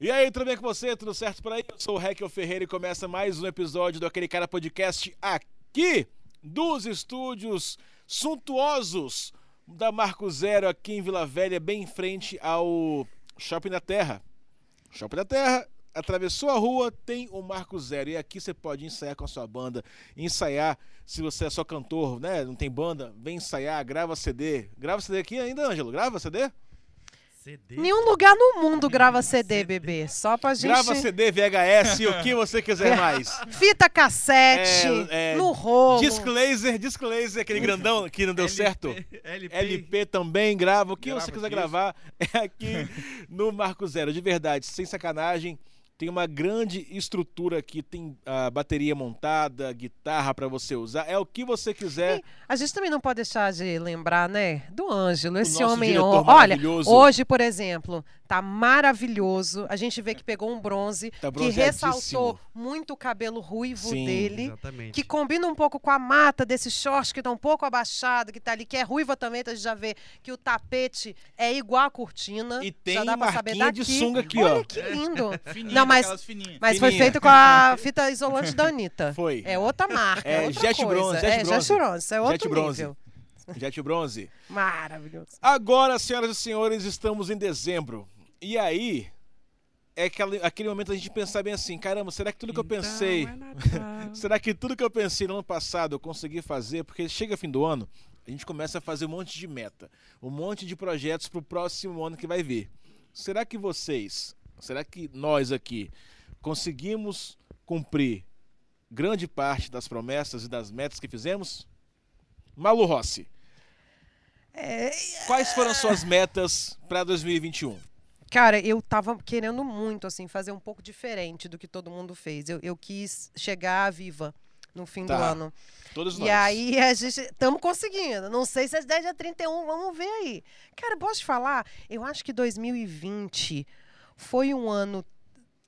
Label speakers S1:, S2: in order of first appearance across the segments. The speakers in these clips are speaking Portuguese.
S1: E aí, tudo bem com você? Tudo certo por aí? Eu sou o Raquel Ferreira e começa mais um episódio do Aquele Cara Podcast aqui dos estúdios suntuosos da Marco Zero aqui em Vila Velha, bem em frente ao Shopping da Terra. Shopping da Terra, atravessou a rua, tem o Marco Zero. E aqui você pode ensaiar com a sua banda, ensaiar se você é só cantor, né? Não tem banda, vem ensaiar, grava CD. Grava CD aqui ainda, Ângelo? Grava CD?
S2: CD. Nenhum lugar no mundo grava CD, bebê. Só pra gente.
S1: Grava CD, VHS, o que você quiser mais.
S2: Fita cassete,
S1: É, é,
S2: no rolo.
S1: Disc laser, disc laser, aquele grandão que não deu
S3: LP,
S1: certo.
S3: LP.
S1: LP também grava. O que
S3: Grava
S1: você quiser
S3: disco.
S1: gravar é aqui no Marco Zero. De verdade, sem sacanagem. Tem uma grande estrutura aqui, tem a bateria montada, guitarra pra você usar. É o que você quiser.
S2: A gente também não pode deixar de lembrar, né, do Ângelo, esse
S1: nosso
S2: homem.
S1: diretor
S2: on- Olha,
S1: maravilhoso.
S2: hoje, por exemplo, tá maravilhoso. A gente vê que pegou um bronze
S1: Tá
S2: que
S1: bronzeadíssimo.
S2: ressaltou muito o cabelo ruivo
S1: Sim,
S2: dele.
S3: Exatamente.
S2: Que combina um pouco com a mata desse short que tá um pouco abaixado, que tá ali, que é ruiva também, então a gente já vê que o tapete é igual a cortina.
S1: E tem
S2: já dá pra saber
S1: marquinha de
S2: daqui.
S1: sunga aqui,
S2: Olha
S1: ó. É.
S2: que lindo.
S4: Fininha,
S2: Não, mas-
S4: aquelas fininhas.
S2: Mas foi
S1: Fininha.
S2: feito com a fita isolante da Anitta.
S1: Foi.
S2: É outra marca, é,
S1: É,
S2: outra
S1: jet
S2: coisa.
S1: bronze, jet
S2: é,
S1: bronze.
S2: jet bronze, é outro
S1: Jet bronze.
S2: nível.
S1: Jet Bronze.
S2: Maravilhoso.
S1: Agora, senhoras e senhores, estamos em dezembro. E aí, é aquele, aquele momento da gente pensar bem assim: caramba, será que tudo que eu pensei. Será que tudo que eu pensei no ano passado eu consegui fazer? Porque chega fim do ano, a gente começa a fazer um monte de meta, um monte de projetos pro próximo ano que vai vir. Será que vocês, será que nós aqui conseguimos cumprir grande parte das promessas e das metas que fizemos? Malu Rossi, quais foram suas metas para 2021?
S2: Cara, eu tava querendo muito, assim, fazer um pouco diferente do que todo mundo fez. Eu, eu quis chegar viva no fim do
S1: Tá.
S2: ano.
S1: Todos
S2: E
S1: nós.
S2: aí a gente. Estamos conseguindo. Não sei se é 10 a 31, vamos ver aí. Cara, posso te falar? Eu acho que 2020 foi um ano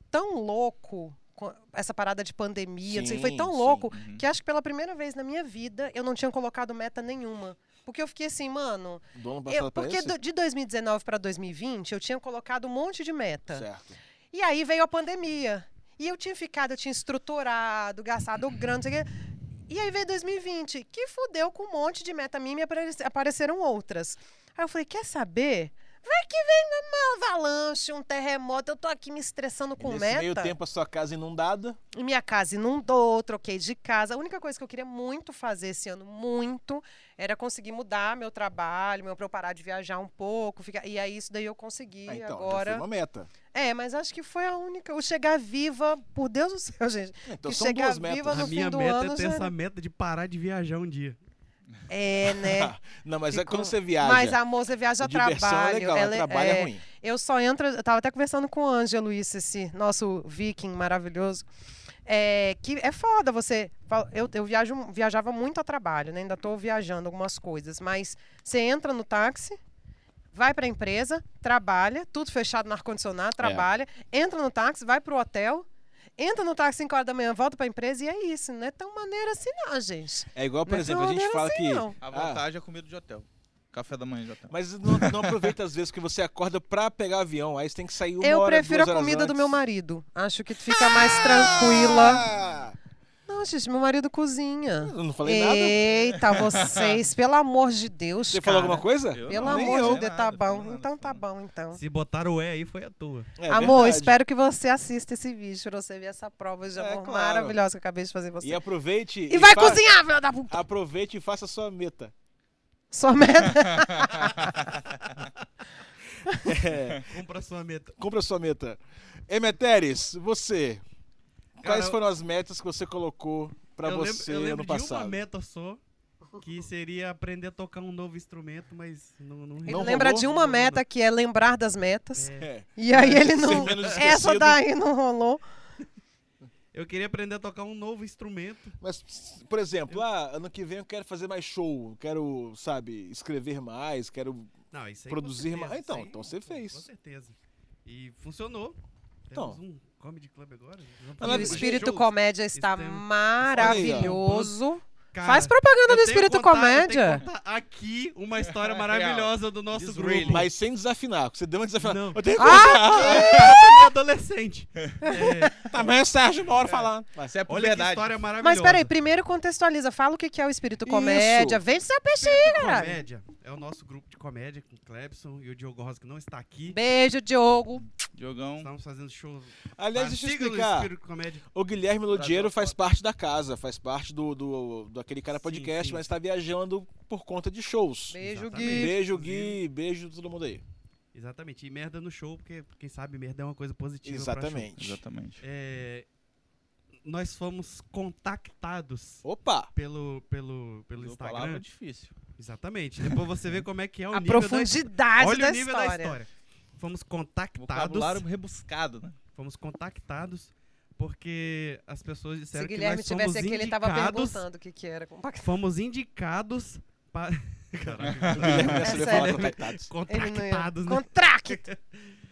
S2: tão louco. com Essa parada de pandemia, assim, foi
S1: Sim,
S2: tão
S1: sim.
S2: louco
S4: Uhum.
S2: que acho que pela primeira vez na minha vida eu não tinha colocado meta nenhuma. Porque eu fiquei assim, mano.
S1: Do ano
S2: eu-
S1: passado pra
S2: porque
S1: esse?
S2: do- de 2019 para 2020 eu tinha colocado um monte de meta.
S1: Certo.
S2: E aí veio a pandemia. E eu tinha ficado, eu tinha estruturado, gastado grana, não sei o quê. E aí veio 2020, que fudeu com um monte de meta minha e me aparece- apareceram outras. Aí eu falei, quer saber? Vai que vem uma avalanche, um terremoto, eu tô aqui me estressando
S1: E
S2: com
S1: nesse
S2: meta.
S1: meio tempo a sua casa inundada.
S2: E Minha casa inundou, troquei de casa. A única coisa que eu queria muito fazer esse ano, muito, era conseguir mudar meu trabalho, meu, pra eu parar de viajar um pouco. Ficar... E aí isso daí eu consegui
S1: Ah, então, já
S2: agora.
S1: foi uma meta.
S2: É, mas acho que foi a única. O chegar viva, por Deus do céu, gente.
S1: Então
S2: Que
S1: são
S2: chegar
S1: duas
S2: viva
S1: metas.
S2: no
S3: A minha
S2: fim do
S3: meta
S2: ano
S3: é ter
S2: já-
S3: essa meta de parar de viajar um dia.
S2: É, né?
S1: Não, mas é
S2: Ficou-
S1: quando você viaja.
S2: Mas a moça viaja a
S1: diversão
S2: trabalho.
S1: é legal,
S2: ela
S1: a trabalho é,
S2: é,
S1: ruim.
S2: Eu só entro. Eu tava até conversando com o Ângelo, isso, esse nosso viking maravilhoso. É, que é foda você. fa- Eu, eu viajo, viajava muito a trabalho, né? Ainda tô viajando algumas coisas, mas você entra no táxi. Vai pra empresa, trabalha, tudo fechado no
S1: É.
S2: ar-condicionado, trabalha, entra no táxi, vai pro hotel, entra no táxi 5 horas da manhã, volta pra empresa e é isso. Não é tão maneira assim, não, gente.
S1: É igual, por
S2: Não é
S1: exemplo,
S2: tão
S1: a gente
S2: maneiro
S1: fala
S2: assim,
S1: que.
S2: não.
S4: A
S1: Ah,
S4: vantagem é comida de hotel. Café da manhã de hotel.
S1: mas não, não aproveita às vezes que você acorda pra pegar avião. Aí você tem que sair uma
S2: Eu
S1: hora,
S2: prefiro a
S1: duas horas
S2: comida do
S1: antes.
S2: meu marido. Acho que fica mais tranquila.
S1: Ah!
S2: Não, gente, meu marido cozinha.
S1: Eu não falei nada.
S2: Eita, vocês, pelo amor de Deus.
S1: Você falou
S2: cara.
S1: alguma coisa?
S4: Eu
S2: Pelo
S4: não,
S1: Nem
S2: amor
S1: eu.
S2: de Deus, tá
S4: Nada,
S2: bom.
S4: falei nada,
S2: então tá
S4: falei
S2: bom, então.
S3: Se botaram o E aí, foi à toa.
S1: É
S2: Amor,
S1: verdade.
S2: espero que você assista esse vídeo pra você ver essa prova de
S1: É,
S2: amor
S1: claro.
S2: maravilhosa que eu acabei de fazer você.
S1: E é aproveite.
S2: E vai
S1: fa-
S2: cozinhar, filha da puta!
S1: Aproveite e faça a sua meta.
S2: Sua meta.
S1: É,
S3: Compra sua meta.
S1: cumpra a sua meta. Emeteres, você. Quais
S3: Cara,
S1: foram as metas que você colocou pra
S3: eu lembro,
S1: você
S3: eu lembro
S1: ano
S3: de
S1: passado?
S3: uma meta só, que seria aprender a tocar um novo instrumento, mas não... não,
S2: Ele
S1: Não
S2: lembra
S1: rolou?
S2: de uma
S3: Não rolou.
S2: meta que é lembrar das metas.
S1: É.
S2: E aí ele
S1: Ser
S2: não.
S1: menos
S2: Essa
S1: esquecido.
S2: daí não rolou.
S3: Eu queria aprender a tocar um novo instrumento.
S1: Mas, por exemplo, ah, ano que vem eu quero fazer mais show, quero, sabe, escrever mais, quero.
S3: Não, isso aí
S1: Produzir
S3: com certeza,
S1: mais- então,
S3: isso aí,
S1: então você fez.
S3: Com certeza. E funcionou.
S1: Então.
S3: Temos um comedy club agora. vamos
S1: Mas
S3: fazer
S2: E o
S1: é-
S3: mais
S2: espírito
S3: shows.
S2: comédia está
S3: Isso tem-
S2: maravilhoso.
S3: Cara,
S2: Faz propaganda
S3: eu
S2: do
S3: tenho que
S2: Espírito
S3: contar- eu tenho
S2: Comédia.
S3: que contar aqui uma história maravilhosa do nosso
S4: This
S3: grupo.
S4: really.
S1: É Mas sem desafinar, porque você deu uma desafinada.
S3: Não. Ah,
S1: Eu tenho que contar.
S3: Eu adolescente. É,
S1: Tá, mas é Sérgio, uma hora falando. Vai.
S4: Mas é por
S3: olha que
S4: verdade.
S3: história maravilhosa.
S2: Mas peraí, primeiro contextualiza. Fala o que que é o Espírito
S1: Isso.
S2: Comédia. Vende seu peixe aí, caralho.
S3: Comédia é o nosso grupo de comédia com o Clebson e o Diogo Rosa que não está aqui.
S2: Beijo, Diogo.
S4: Diogão.
S3: Estamos fazendo show.
S1: Aliás, deixa eu
S3: Siga o
S1: explicar.
S3: Espírito Comédia.
S1: O Guilherme Lodiero
S4: Prazer,
S1: faz parte da casa, faz parte do, do, do aquele cara
S3: Sim,
S1: podcast,
S3: sim.
S1: mas tá viajando por conta de shows.
S2: Beijo,
S3: Exatamente.
S2: Gui.
S1: Beijo, Gui. Beijo todo mundo aí.
S3: Exatamente. E merda no show, porque quem sabe merda é uma coisa positiva. pra show.
S1: um Exatamente.
S4: Exatamente.
S3: É, nós fomos contactados
S1: Opa!
S3: pelo, pelo, pelo
S4: Uma
S3: Instagram. Tá
S4: palavra é difícil.
S3: Exatamente. Depois você vê como é que é o
S2: A
S3: nível da
S2: profundidade
S3: Olha
S2: da,
S3: o nível
S2: história.
S3: da história. Fomos
S4: Vocabulário
S3: contactados.
S4: rebuscado, né?
S3: Fomos contactados porque as pessoas disseram
S2: Se
S3: que
S2: Guilherme
S3: nós fomos
S2: tivesse aqui, ele tava
S3: indicados.
S2: perguntando o que que era.
S3: Fomos indicados para.
S1: O Guilherme começa a
S2: Essa
S1: levar falar
S2: é-
S1: contactados.
S2: Ele não ia.
S3: contactados, né?
S2: Contract!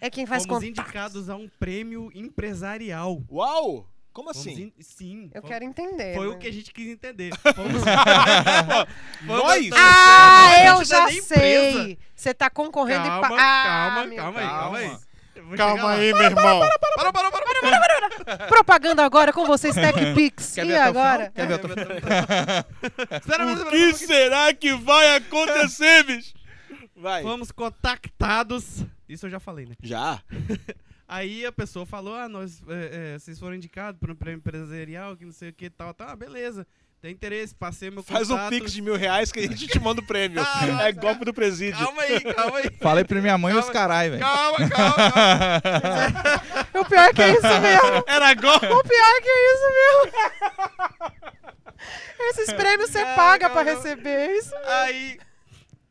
S2: É quem faz
S3: Fomos
S2: contract.
S3: indicados a um prêmio empresarial.
S1: Uau! Como
S3: Fomos
S1: assim?
S3: in- Sim.
S2: Eu
S3: fomos-
S2: quero entender. né?
S3: Foi
S2: mas-
S3: o que a gente quis entender. Fomos-
S1: Nós?
S3: Fomos-
S2: Ah,
S3: Não,
S2: eu
S3: não
S2: já
S3: da empresa.
S2: sei! Você tá concorrendo
S3: Calma,
S2: e... pa- Ah,
S3: calma,
S2: meu
S3: calma aí,
S2: Deus.
S3: calma aí. Eu vou chegar lá.
S1: meu irmão.
S4: Parou, parou, parou, parou.
S2: Propaganda agora com vocês, TechPix.
S4: Quer
S2: E
S4: ver até o final?
S2: agora?
S4: Quer ver até o
S3: É, Espera, mas-
S1: O que será que vai acontecer, bicho? Vai.
S3: Fomos contactados. Isso eu já falei, né?
S1: Já.
S3: Aí a pessoa falou: Ah, nós, é, é, vocês foram indicados para um prêmio empresarial, que não sei o que e tal. Tá, beleza. Tem interesse, passei meu
S1: Faz um
S3: contato.
S1: pix de mil reais que a gente te manda o prêmio.
S3: Ah,
S1: é golpe do presídio.
S3: Calma aí, calma aí.
S4: Falei pra minha mãe
S3: Calma.
S4: os caralho, velho.
S3: Calma, calma, calma.
S2: O pior é que é isso mesmo.
S1: Era golpe.
S2: O pior é que é isso mesmo. Esses prêmios você
S3: Não,
S2: paga
S3: não,
S2: pra
S3: não.
S2: receber. é Isso
S3: Aí,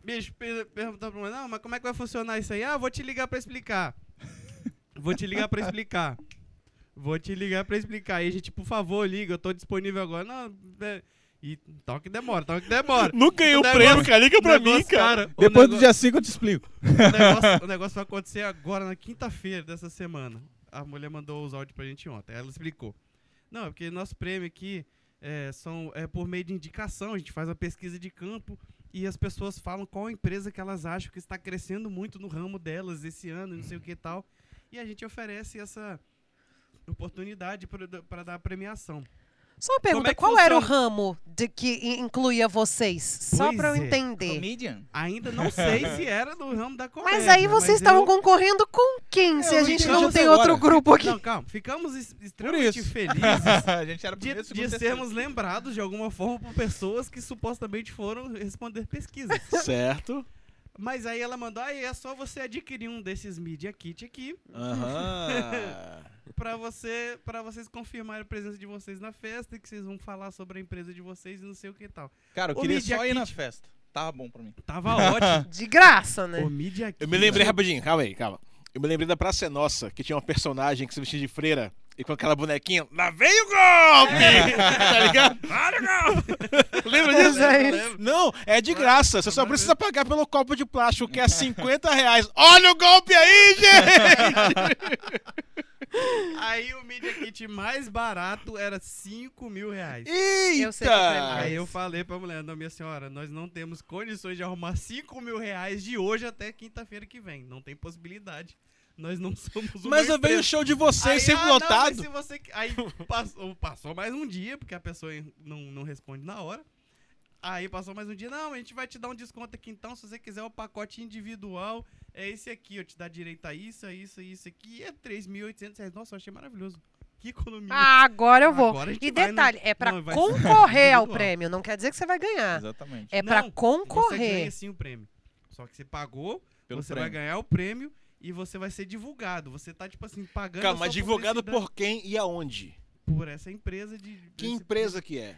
S3: bicho, per- perguntou pra mim, não, mas como é que vai funcionar isso aí? Ah, vou te ligar pra explicar. Vou te ligar pra explicar. Vou te ligar pra explicar. Aí a gente, por favor, liga, eu tô disponível agora. Não, é- E tal que demora, tal que demora.
S1: Não ganhou o
S3: Negócio-
S1: um prêmio, é cara. Liga pra mim,
S3: Negócio,
S1: cara.
S3: o
S4: Depois do
S3: negócio-
S4: dia 5 eu te explico.
S3: o negócio, o negócio vai acontecer agora, na quinta-feira dessa semana. A mulher mandou os áudios pra gente ontem. Ela explicou. Não, é porque nosso prêmio aqui é, são, é por meio de indicação. A gente faz uma pesquisa de campo e as pessoas falam qual empresa que elas acham que está crescendo muito no ramo delas esse ano, não sei o que e tal. E a gente oferece essa oportunidade para dar a premiação.
S2: Só uma pergunta,
S3: é que
S2: qual era o
S3: funciona?
S2: ramo de que in- incluía vocês? Só
S3: Pois
S2: pra eu
S3: é.
S2: entender.
S4: Comedian?
S3: Ainda não sei se era no ramo da comédia. né?
S2: Mas aí vocês estavam
S3: eu-
S2: concorrendo com quem? Se
S1: Eu
S2: a
S1: não
S2: gente
S1: entendi
S2: não
S1: até
S2: tem
S1: agora.
S2: outro grupo aqui.
S3: Não, calma. Ficamos es- extremamente
S4: isso.
S3: felizes
S4: A gente era
S3: de,
S4: primeiro, segundo,
S3: de
S4: terceiro.
S3: sermos lembrados de alguma forma por pessoas que supostamente foram responder pesquisas.
S1: Certo.
S3: Mas aí ela mandou, aí é só você adquirir um desses media kit aqui
S1: Aham.
S3: pra você, para vocês confirmarem a presença de vocês na festa e que vocês vão falar sobre a empresa de vocês e não sei o que e tal.
S4: Cara, eu
S3: Ô,
S4: queria
S3: mídia
S4: só ir na
S3: kit.
S4: festa. Tava bom pra mim.
S3: Tava ótimo.
S2: De graça, né?
S3: o media kit.
S1: Eu me lembrei rapidinho, calma aí, calma. Eu me lembrei da Praça é Nossa, que tinha uma personagem que se vestia de freira e com aquela bonequinha. Lá vem o golpe!
S3: É.
S1: tá ligado? Lembra disso?
S2: Gente.
S1: Não, é de graça. Você só precisa pagar pelo copo de plástico, que é 50 reais. Olha o golpe aí, gente!
S3: Aí o media kit mais barato era 5 mil reais.
S1: Eita!
S2: Eu sei que é pra
S3: Aí eu falei pra mulher, não, minha senhora, nós não temos condições de arrumar 5 mil reais de hoje até quinta-feira que vem. Não tem possibilidade. Nós não somos uma
S1: Mas eu vejo o
S3: empresa.
S1: show de vocês
S3: Aí,
S1: sempre
S3: ah, não, mas
S1: lotado.
S3: se você... que- Aí passou, passou mais um dia, porque a pessoa não, não responde na hora. Aí passou mais um dia, não, a gente vai te dar um desconto aqui então, se você quiser o pacote individual, é esse aqui, eu te dá direito a isso, a isso, a isso aqui, é 3.800 reais. Nossa, eu achei maravilhoso. Que economia.
S2: Ah, agora eu vou.
S3: Agora a gente
S2: e
S3: vai no-
S2: detalhe, é pra
S3: Não, vai ser
S2: concorrer ao
S3: individual.
S2: prêmio, não quer dizer que você vai
S3: Ah.
S2: ganhar.
S4: Exatamente.
S2: É
S3: Não, Você
S2: pra
S3: ganha
S2: concorrer.
S3: sim o prêmio. Só que você pagou,
S4: Pelo
S3: você vai
S4: prêmio.
S3: ganhar o prêmio e você vai ser divulgado. Você tá, tipo assim, pagando.
S1: Calma,
S3: a
S1: mas
S3: sua
S1: divulgado por
S3: publicidade
S1: quem e aonde?
S3: por essa empresa de.
S1: Que
S3: desse-
S1: empresa que é?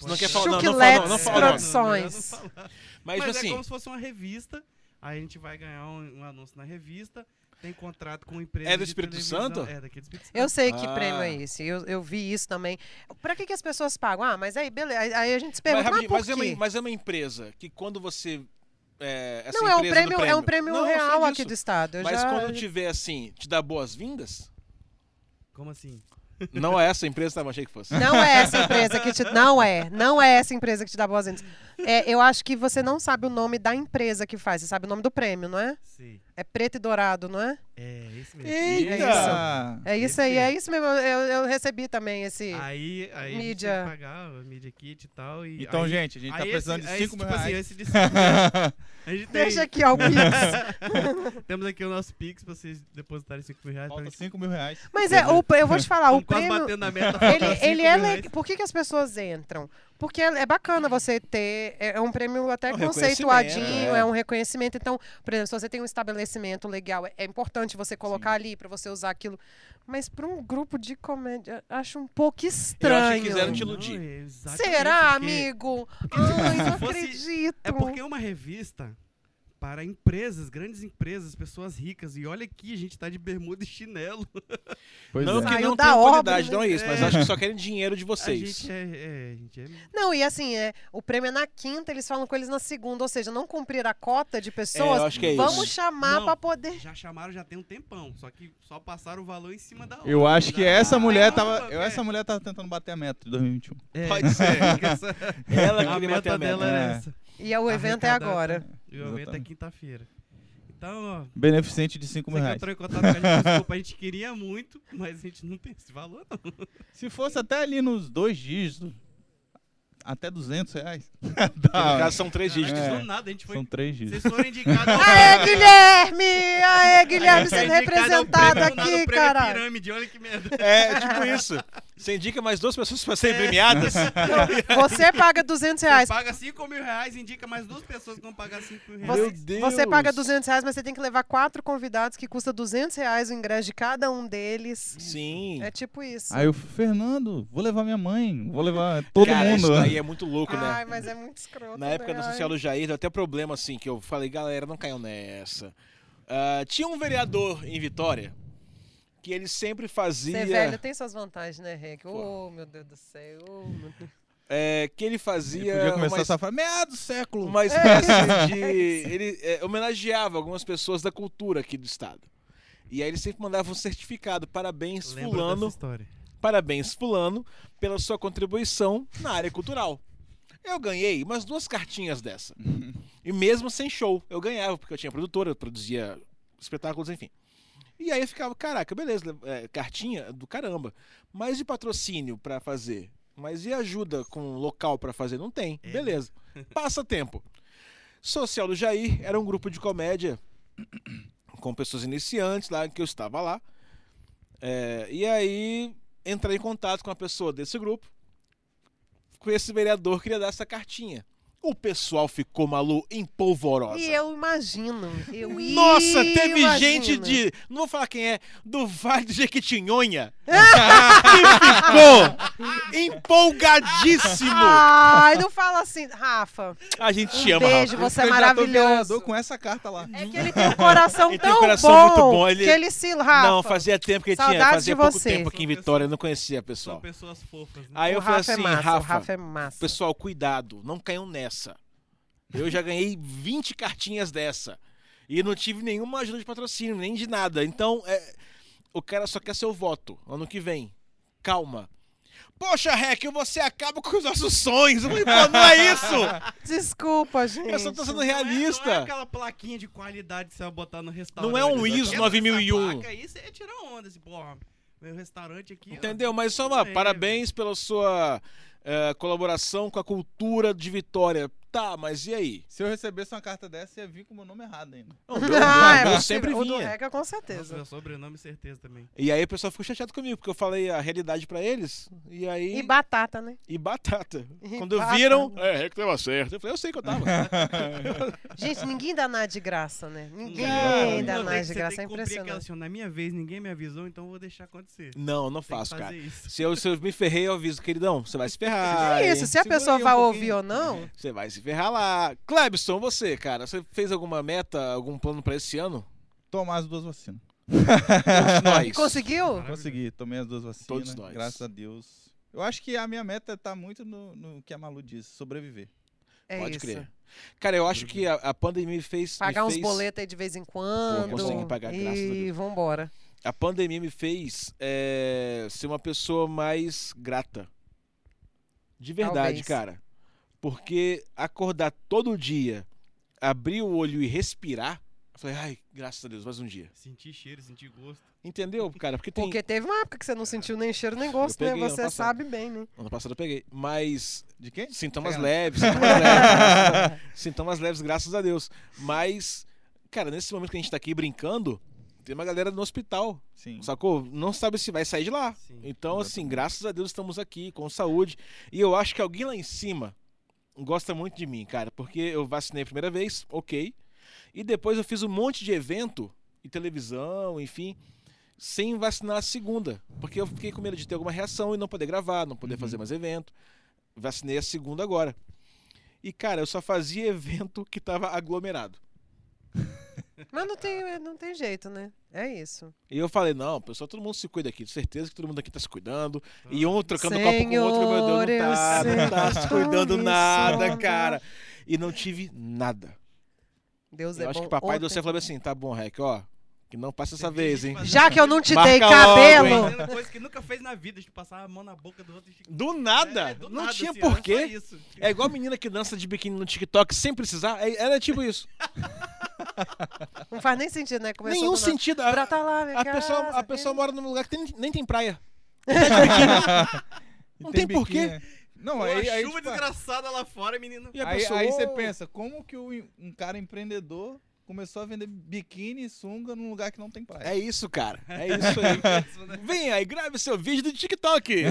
S1: Você não
S3: Poxa.
S1: quer falar, não, não fala, não, não
S2: Chuquiletes
S1: fala, não.
S2: Produções.
S3: Não, não falar.
S1: Mas,
S3: Mas é
S1: assim,
S3: como se fosse uma revista. Aí a gente vai ganhar um, um anúncio na revista. Tem contrato com empresa.
S1: É do
S3: de
S1: Espírito
S3: televisão.
S1: Santo?
S3: É daqui do Espírito Santo.
S2: Eu sei que
S1: Ah.
S2: prêmio é esse, eu, eu vi isso também. Pra que, que as pessoas pagam? Ah, mas aí, beleza. Aí- Aí a gente se
S1: mas,
S2: pergunta, mas,
S1: rapidinho,
S2: por
S1: mas é uma,
S2: quê?
S1: mas é uma empresa que quando você. É, essa
S2: não, é um
S1: empresa do
S2: prêmio, é um prêmio
S1: Não, eu sei
S2: real aqui
S1: disso.
S2: do estado. Eu
S1: Mas
S2: já-
S1: quando tiver assim, te dá boas-vindas?
S3: Como assim?
S1: Não é essa empresa, tá? Mas achei que fosse.
S2: Não é essa empresa que te. Não é. Não é essa empresa que te dá boas-vindas. É, eu acho que você não sabe o nome da empresa que faz. Você sabe o nome do prêmio, não é?
S3: Sim.
S2: É preto e dourado, não é?
S3: É, isso mesmo.
S1: Eita!
S2: É isso aí, é isso mesmo. Eu, eu recebi também esse.
S3: Aí, aí
S2: Mídia.
S3: mídia. pagar o media kit e tal. E
S4: Então,
S3: aí,
S4: gente, a gente tá
S3: aí
S4: precisando
S3: esse,
S4: de
S3: aí esse,
S4: 5 mil
S3: tipo
S4: reais.
S3: Assim, esse de cinco mil reais, a gente tem,
S2: Deixa aqui ó, o Pix.
S3: Temos aqui o nosso Pix pra vocês depositarem 5 mil reais. pra
S4: Falta
S3: gente-
S4: 5 mil reais.
S2: Mas é, o- eu vou te falar, o
S3: Estamos quase
S2: prêmio.
S3: batendo na meta.
S2: Ele,
S3: falta
S2: ele
S3: cinco
S2: é
S3: mil reais.
S2: legal. Por que, que as pessoas entram? Porque é é bacana você ter. É é um prêmio até
S1: É um
S2: conceituadinho,
S1: reconhecimento,
S2: é. um reconhecimento. Então, por exemplo, se você tem um estabelecimento legal, é- é importante você colocar ali para você usar aquilo. Mas para um grupo de comédia, acho um pouco estranho.
S1: quiseram te iludir.
S3: Não, é exatamente,
S2: Será,
S3: porque-
S2: amigo? Ai, não
S3: se fosse-
S2: acredito.
S3: É porque é uma revista para empresas, grandes empresas, pessoas ricas. E olha aqui, a gente tá de bermuda e chinelo.
S4: Pois é.
S1: Não que
S2: Saiu
S1: não
S2: da
S1: tenha
S2: obra,
S1: qualidade,
S2: né?
S1: não é isso, mas
S3: É.
S1: acho que só querem dinheiro de
S3: A
S1: vocês.
S3: gente é, é, a gente é-
S2: Não, e assim, é, o prêmio é na quinta, eles falam com eles na segunda, ou seja, não cumprir a cota de pessoas.
S1: eu acho que é
S2: vamos
S1: isso.
S2: chamar
S3: Não.
S2: para poder.
S3: Já chamaram, já tem um tempão. Só que só passaram o valor em cima da hora.
S4: Eu acho que essa mulher
S3: Ah,
S4: tava.
S3: ok.
S4: Eu, essa mulher tava tentando bater a meta de 2021.
S3: É,
S1: Pode ser.
S3: porque essa-
S1: Ela
S3: a
S1: queria bater
S3: meta
S1: a meta.
S3: dela
S4: É.
S3: é essa.
S2: E é, o evento é
S3: Arrecadar,
S2: agora.
S3: E o evento é
S4: Exatamente.
S3: quinta-feira. Então, ó,
S4: Beneficente de 5 mil
S3: você que
S4: reais.
S3: entrou em contato com a gente, desculpa, a gente queria muito, mas a gente não tem esse valor, não.
S4: Se fosse até ali nos dois dígitos, até 200 reais.
S1: Que Tipo,
S3: Ah.
S1: no
S4: Dá.
S1: caso são três
S3: Caraca,
S1: dígitos.
S4: É.
S3: Do nada, a gente foi...
S4: São três dígitos.
S3: Vocês foram indicados... ao-
S1: É.
S2: Aê, Guilherme! Aê, Guilherme
S3: Foi
S2: sendo
S1: um
S3: indicado ao
S2: representado
S3: prêmio, do nada, o
S2: aqui,
S3: prêmio
S2: cara.
S3: Pirâmide, olha que merda.
S1: É, tipo isso. Você indica mais duas pessoas pra
S2: É.
S1: serem premiadas?
S2: Você paga 200
S3: Você
S2: reais.
S3: paga 5 mil reais, indica mais duas pessoas que vão pagar 5 mil reais.
S1: Meu
S2: Você,
S1: Deus.
S2: você paga 200 reais, mas você tem que levar quatro convidados que custa 200 reais o ingresso de cada um deles.
S1: Sim.
S2: É tipo isso.
S4: Aí o Fernando, vou levar minha mãe, vou levar todo
S1: Cara,
S4: mundo.
S1: Isso daí é muito louco, né?
S2: Ai, mas é muito escroto.
S1: Na época
S2: né?
S1: da
S2: Ai.
S1: social do Jair, deu até problema assim, que eu falei, galera, não caiam nessa. Ah, tinha um vereador em Vitória que ele sempre
S2: Ser
S1: fazia.
S2: é velho tem suas vantagens, né, Rick? Oh, meu Deus do céu. ô, meu Deus.
S1: é, que ele
S4: Ele
S1: fazia.
S4: podia começar
S1: uma,
S4: a safar. Meado do século.
S1: uma espécie de. Ele é, homenageava algumas pessoas da cultura aqui do estado. E aí ele sempre mandava um certificado. Parabéns, fulano.
S3: história.
S1: Parabéns, fulano, pela sua contribuição na área cultural. Eu ganhei umas duas cartinhas dessa. E mesmo sem show, eu ganhava, porque eu tinha produtora, eu produzia espetáculos, enfim. E aí eu ficava, caraca, beleza, le- é, cartinha do caramba. Mas de patrocínio pra fazer? Mas e ajuda com local pra fazer? Não tem.
S3: É.
S1: Beleza. Passa tempo. Social do Jair era um grupo de comédia com pessoas iniciantes lá, que eu estava lá. É, e aí entrei em contato com a pessoa desse grupo, com esse vereador, queria dar essa cartinha. O pessoal ficou malu em polvorosa.
S2: E eu imagino. Eu
S1: Nossa, teve
S2: imagino.
S1: gente de. Não vou falar quem é, do Vale do Jequitinhonha. que ficou empolgadíssimo.
S2: Ai, não fala assim, Rafa.
S1: A gente
S2: Um
S1: te ama,
S2: beijo,
S1: Rafa.
S2: você é
S4: Candidato a
S2: maravilhoso.
S4: vereador com essa carta lá.
S2: É que ele tem um coração
S1: Ele tem um
S2: tão
S1: coração
S2: bom,
S1: muito bom, ele-
S2: que ele se Rafa.
S1: Não, fazia tempo que tinha.
S2: saudades
S1: Fazia
S2: de
S1: pouco
S2: você.
S1: tempo aqui em Vitória, eu não conhecia, pessoal.
S3: São pessoas fofas, né?
S1: Aí eu
S2: o
S1: falei
S2: Rafa
S1: assim,
S2: é massa,
S1: Rafa,
S2: o Rafa é massa.
S1: pessoal, cuidado, não caiam nessa. Eu já ganhei 20 cartinhas dessa. E não tive nenhuma ajuda de patrocínio, nem de nada. Então, é, o cara só quer seu voto ano que vem. Calma. Poxa, Rec, você acaba com os nossos sonhos. Eu falei, pô, não é isso!
S2: Desculpa, gente.
S1: Eu só tô sendo
S3: Não é, não é
S1: realista.
S3: aquela plaquinha de qualidade que você vai botar no restaurante.
S1: Não é um ISO
S3: Essa
S1: 9001.
S3: placa Aí você tira onda, assim, porra, meu restaurante aqui... ó.
S1: Entendeu? Mas só uma,
S3: É.
S1: parabéns pela sua eh, colaboração com a cultura de Vitória. Tá, mas e aí?
S4: Se eu recebesse uma carta dessa, ia vir com o meu nome errado ainda.
S1: Não,
S2: Ah, é
S1: eu
S2: possível.
S1: sempre
S2: O do
S1: vinha.
S2: Rega, com
S3: Nossa,
S2: certeza.
S3: meu sobrenome, certeza, também.
S1: E aí o pessoal ficou chateado comigo, porque eu falei a realidade pra eles. E aí.
S2: E batata, né?
S1: e batata.
S2: E
S1: Quando
S2: batata.
S1: viram. É, é que tava certo. Eu falei, eu sei que
S4: Tá
S1: eu tava.
S4: né?
S2: Gente, ninguém dá nada de graça, né? Ninguém
S1: Não,
S2: dá
S1: não,
S2: nada
S3: mais
S2: de graça, é
S3: Aquela,
S2: impressionante.
S3: assim, ó, na minha vez, ninguém me avisou, então eu vou deixar acontecer.
S1: não, não
S3: Tem que
S1: faço,
S3: fazer
S1: cara.
S3: Isso.
S1: Se eu, se eu me ferrei, eu aviso, queridão, você vai se ferrar.
S2: É
S1: hein?
S2: isso, se a
S4: Segura
S2: pessoa
S4: aí um
S2: vai
S4: pouquinho.
S2: ouvir ou não,
S1: Você vai se ferrar lá. Clebson, você, cara, você fez alguma meta, algum plano pra esse ano?
S4: Tomar as duas vacinas.
S1: Todos nós.
S2: conseguiu?
S3: Maravilhoso.
S4: Consegui, tomei as duas vacinas.
S1: Todos nós.
S4: Graças a Deus. Eu acho que a minha meta tá muito no, no que a Malu disse, sobreviver.
S2: É
S1: Pode
S2: isso. Uhum.
S1: crer. Cara, eu acho que a, a pandemia me fez. me
S2: Pagar uns
S1: fez-
S2: boletos aí de vez em quando.
S1: consegui pagar, graças a
S2: e
S1: Deus.
S2: vambora.
S1: A pandemia me fez é, ser uma pessoa mais grata. De verdade,
S2: Talvez.
S1: cara. Porque acordar todo dia, abrir o olho e respirar, eu falei, ai, graças a Deus, mais um dia.
S3: Sentir cheiro, sentir gosto.
S1: Entendeu, cara? Porque tem.
S2: Porque teve uma época que você não sentiu nem cheiro nem gosto, né?
S1: peguei ano
S2: Você
S1: passado.
S2: sabe bem, né?
S1: Ano passado eu peguei. Mas.
S4: De quem?
S1: Sintomas
S2: É.
S4: Pega lá.
S1: leves, sintomas leves. sintomas leves, graças a Deus. Mas, cara, nesse momento que a gente tá aqui brincando, tem uma galera no hospital.
S4: Sim.
S1: Sacou? Não sabe se vai sair de lá.
S3: Sim.
S1: Então, assim, graças a Deus estamos aqui com saúde. E eu acho que alguém lá em cima gosta muito de mim, cara, porque eu vacinei a primeira vez, ok. E depois eu fiz um monte de evento e televisão, enfim, sem vacinar a segunda. Porque eu fiquei com medo de ter alguma reação e não poder gravar, não poder fazer mais evento. Vacinei a segunda agora. E, cara, eu só fazia evento que tava aglomerado.
S2: Mas não tem, não tem jeito, né? É isso.
S1: E eu falei, não, pessoal, todo mundo se cuida aqui. Certeza que todo mundo aqui tá se cuidando. E
S2: Hum.
S1: um trocando copo com o outro, meu
S2: Senhor, eu
S1: Deus, não tá,
S2: sei
S1: não tá se cuidando
S2: disso.
S1: nada, cara. E não tive nada.
S2: Deus
S1: Eu
S2: é
S1: acho
S2: bom.
S1: que papai do
S2: Ontem-
S1: céu falou assim, tá bom, Rec, ó, que não passa essa vez, hein.
S2: Já que eu não te
S1: Marca
S2: dei
S1: logo,
S2: cabelo,
S1: hein?
S3: Fazendo coisa que nunca fez na vida, de passar a mão na boca do outro e ficar.
S1: Do nada,
S3: É, do
S1: não
S3: nada,
S1: tinha
S3: assim, era só
S1: porquê.
S3: isso.
S1: É igual a menina que dança de biquíni no TikTok sem precisar, é- era tipo isso.
S2: não faz nem sentido, né? Começou
S1: Nenhum
S2: do nada.
S1: sentido.
S2: Pra
S1: A,
S2: tá lá, minha
S1: a pessoa,
S2: casa,
S1: a pessoa mora num lugar que tem- nem tem praia.
S4: E
S1: Não tem porquê.
S4: biquinho, né? Não,
S3: Pô,
S4: aí,
S3: a
S4: aí,
S3: chuva
S4: tipo,
S3: desgraçada lá fora, menino.
S1: E a
S4: aí,
S1: pessoa,
S4: aí você
S1: "Oh,
S4: pensa, como que o em- um cara empreendedor começou a vender biquíni e sunga num lugar que não tem praia?
S1: É isso, cara. É isso aí.
S3: Isso, né?
S1: Vem aí, grave seu vídeo do TikTok.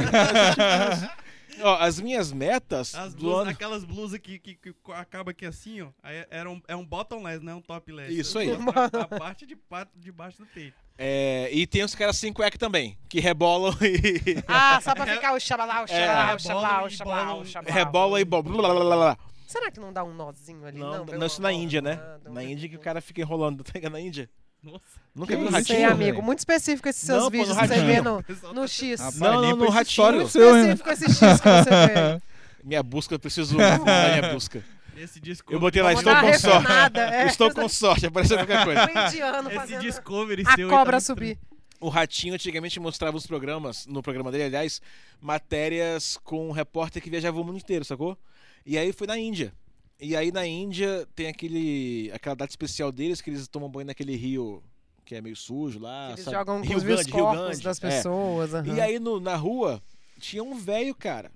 S1: Ó, as minhas metas
S3: As
S1: do
S3: blusas-
S1: ano.
S3: aquelas blusas que, que, que acaba aqui assim, ó. Aí era um, é um bottomless, não é um topless.
S1: Isso aí.
S3: Mostra A parte de pato de baixo do peito.
S1: É, e tem os caras sem cueca também, que rebolam e.
S2: Ah, só pra ficar o xabalau, o xabalau, o
S3: É,
S2: xabalau,
S3: rebola
S2: o
S3: e
S2: xabalau,
S3: bola.
S2: o
S1: Ah,
S2: xabalau.
S1: Rebola e bom. blá, blá, blá, blá.
S2: Será que não dá um nozinho ali?
S1: Não,
S2: Não,
S1: não, isso na Índia, né? Na Índia que o cara fica enrolando. Tá na Índia?
S3: Nossa.
S1: Nunca
S4: Que
S1: viu um
S4: isso,
S2: Não sei,
S1: ratinho?
S4: hein?
S2: amigo. Muito específico esses seus
S1: Não, pô, no
S2: vídeos que você vê
S1: ratinho.
S2: no,
S3: Pessoal
S2: no
S3: tá-
S2: X.
S4: Rapaz,
S1: Não,
S4: nem
S1: não, no
S4: pra esse
S1: ratório.
S2: Muito
S4: Olha o seu, hein?
S2: específico esse X que você vê.
S1: né? Minha busca, eu preciso mudar minha busca.
S3: Esse Discovery.
S1: Eu botei lá,
S2: Vou
S1: estou
S2: dar uma
S1: com sorte.
S2: refinada, é.
S1: Estou com sorte, apareceu qualquer coisa.
S2: Um indiano
S3: Esse
S2: fazendo
S3: Discovery seu.
S2: a
S3: aí tá
S2: cobra
S3: muito
S2: subir.
S1: O Ratinho antigamente mostrava os programas, no programa dele, aliás, matérias com um repórter que viajava o mundo inteiro, sacou? E aí foi na Índia. E aí na Índia tem aquele aquela data especial deles que eles tomam banho naquele rio que é meio sujo lá,
S2: Eles
S1: sabe?
S2: jogam com
S1: Rio
S2: os meus
S1: Grande, Rio
S2: corpos
S1: Grande,
S2: das
S1: é.
S2: pessoas.
S1: E
S2: aham.
S1: aí no- na rua tinha um velho, cara,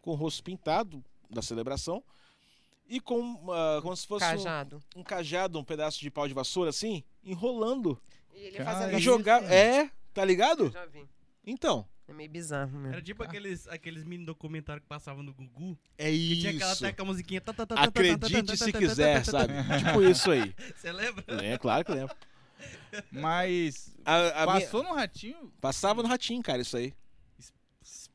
S1: com o rosto pintado da celebração e com ah, como se fosse um-
S2: Cajado.
S1: um cajado, um pedaço de pau de vassoura assim, enrolando
S2: E
S4: é
S2: ele
S4: Cara, fazendo
S1: e
S4: isso,
S1: jogar,
S4: gente.
S2: né?
S1: é, tá
S2: Eu
S1: ligado?
S2: já vi.
S1: Então,
S2: É meio bizarro mesmo.
S3: Era tipo aqueles, aqueles mini documentários que passavam no Gugu.
S1: é
S3: Que
S1: isso.
S3: tinha aquela até com a musiquinha. tá, tá, tá, tá, tá, tá, tá, tá, tá,
S1: Acredite se
S3: tá, tá,
S1: quiser,
S3: tá, tá,
S1: sabe?
S3: tá,
S1: Tipo isso aí.
S3: tá. Você lembra?
S1: É, claro que lembro.
S4: Mas
S1: A- a minha-
S4: passou num ratinho
S1: Passava no ratinho, cara, isso aí.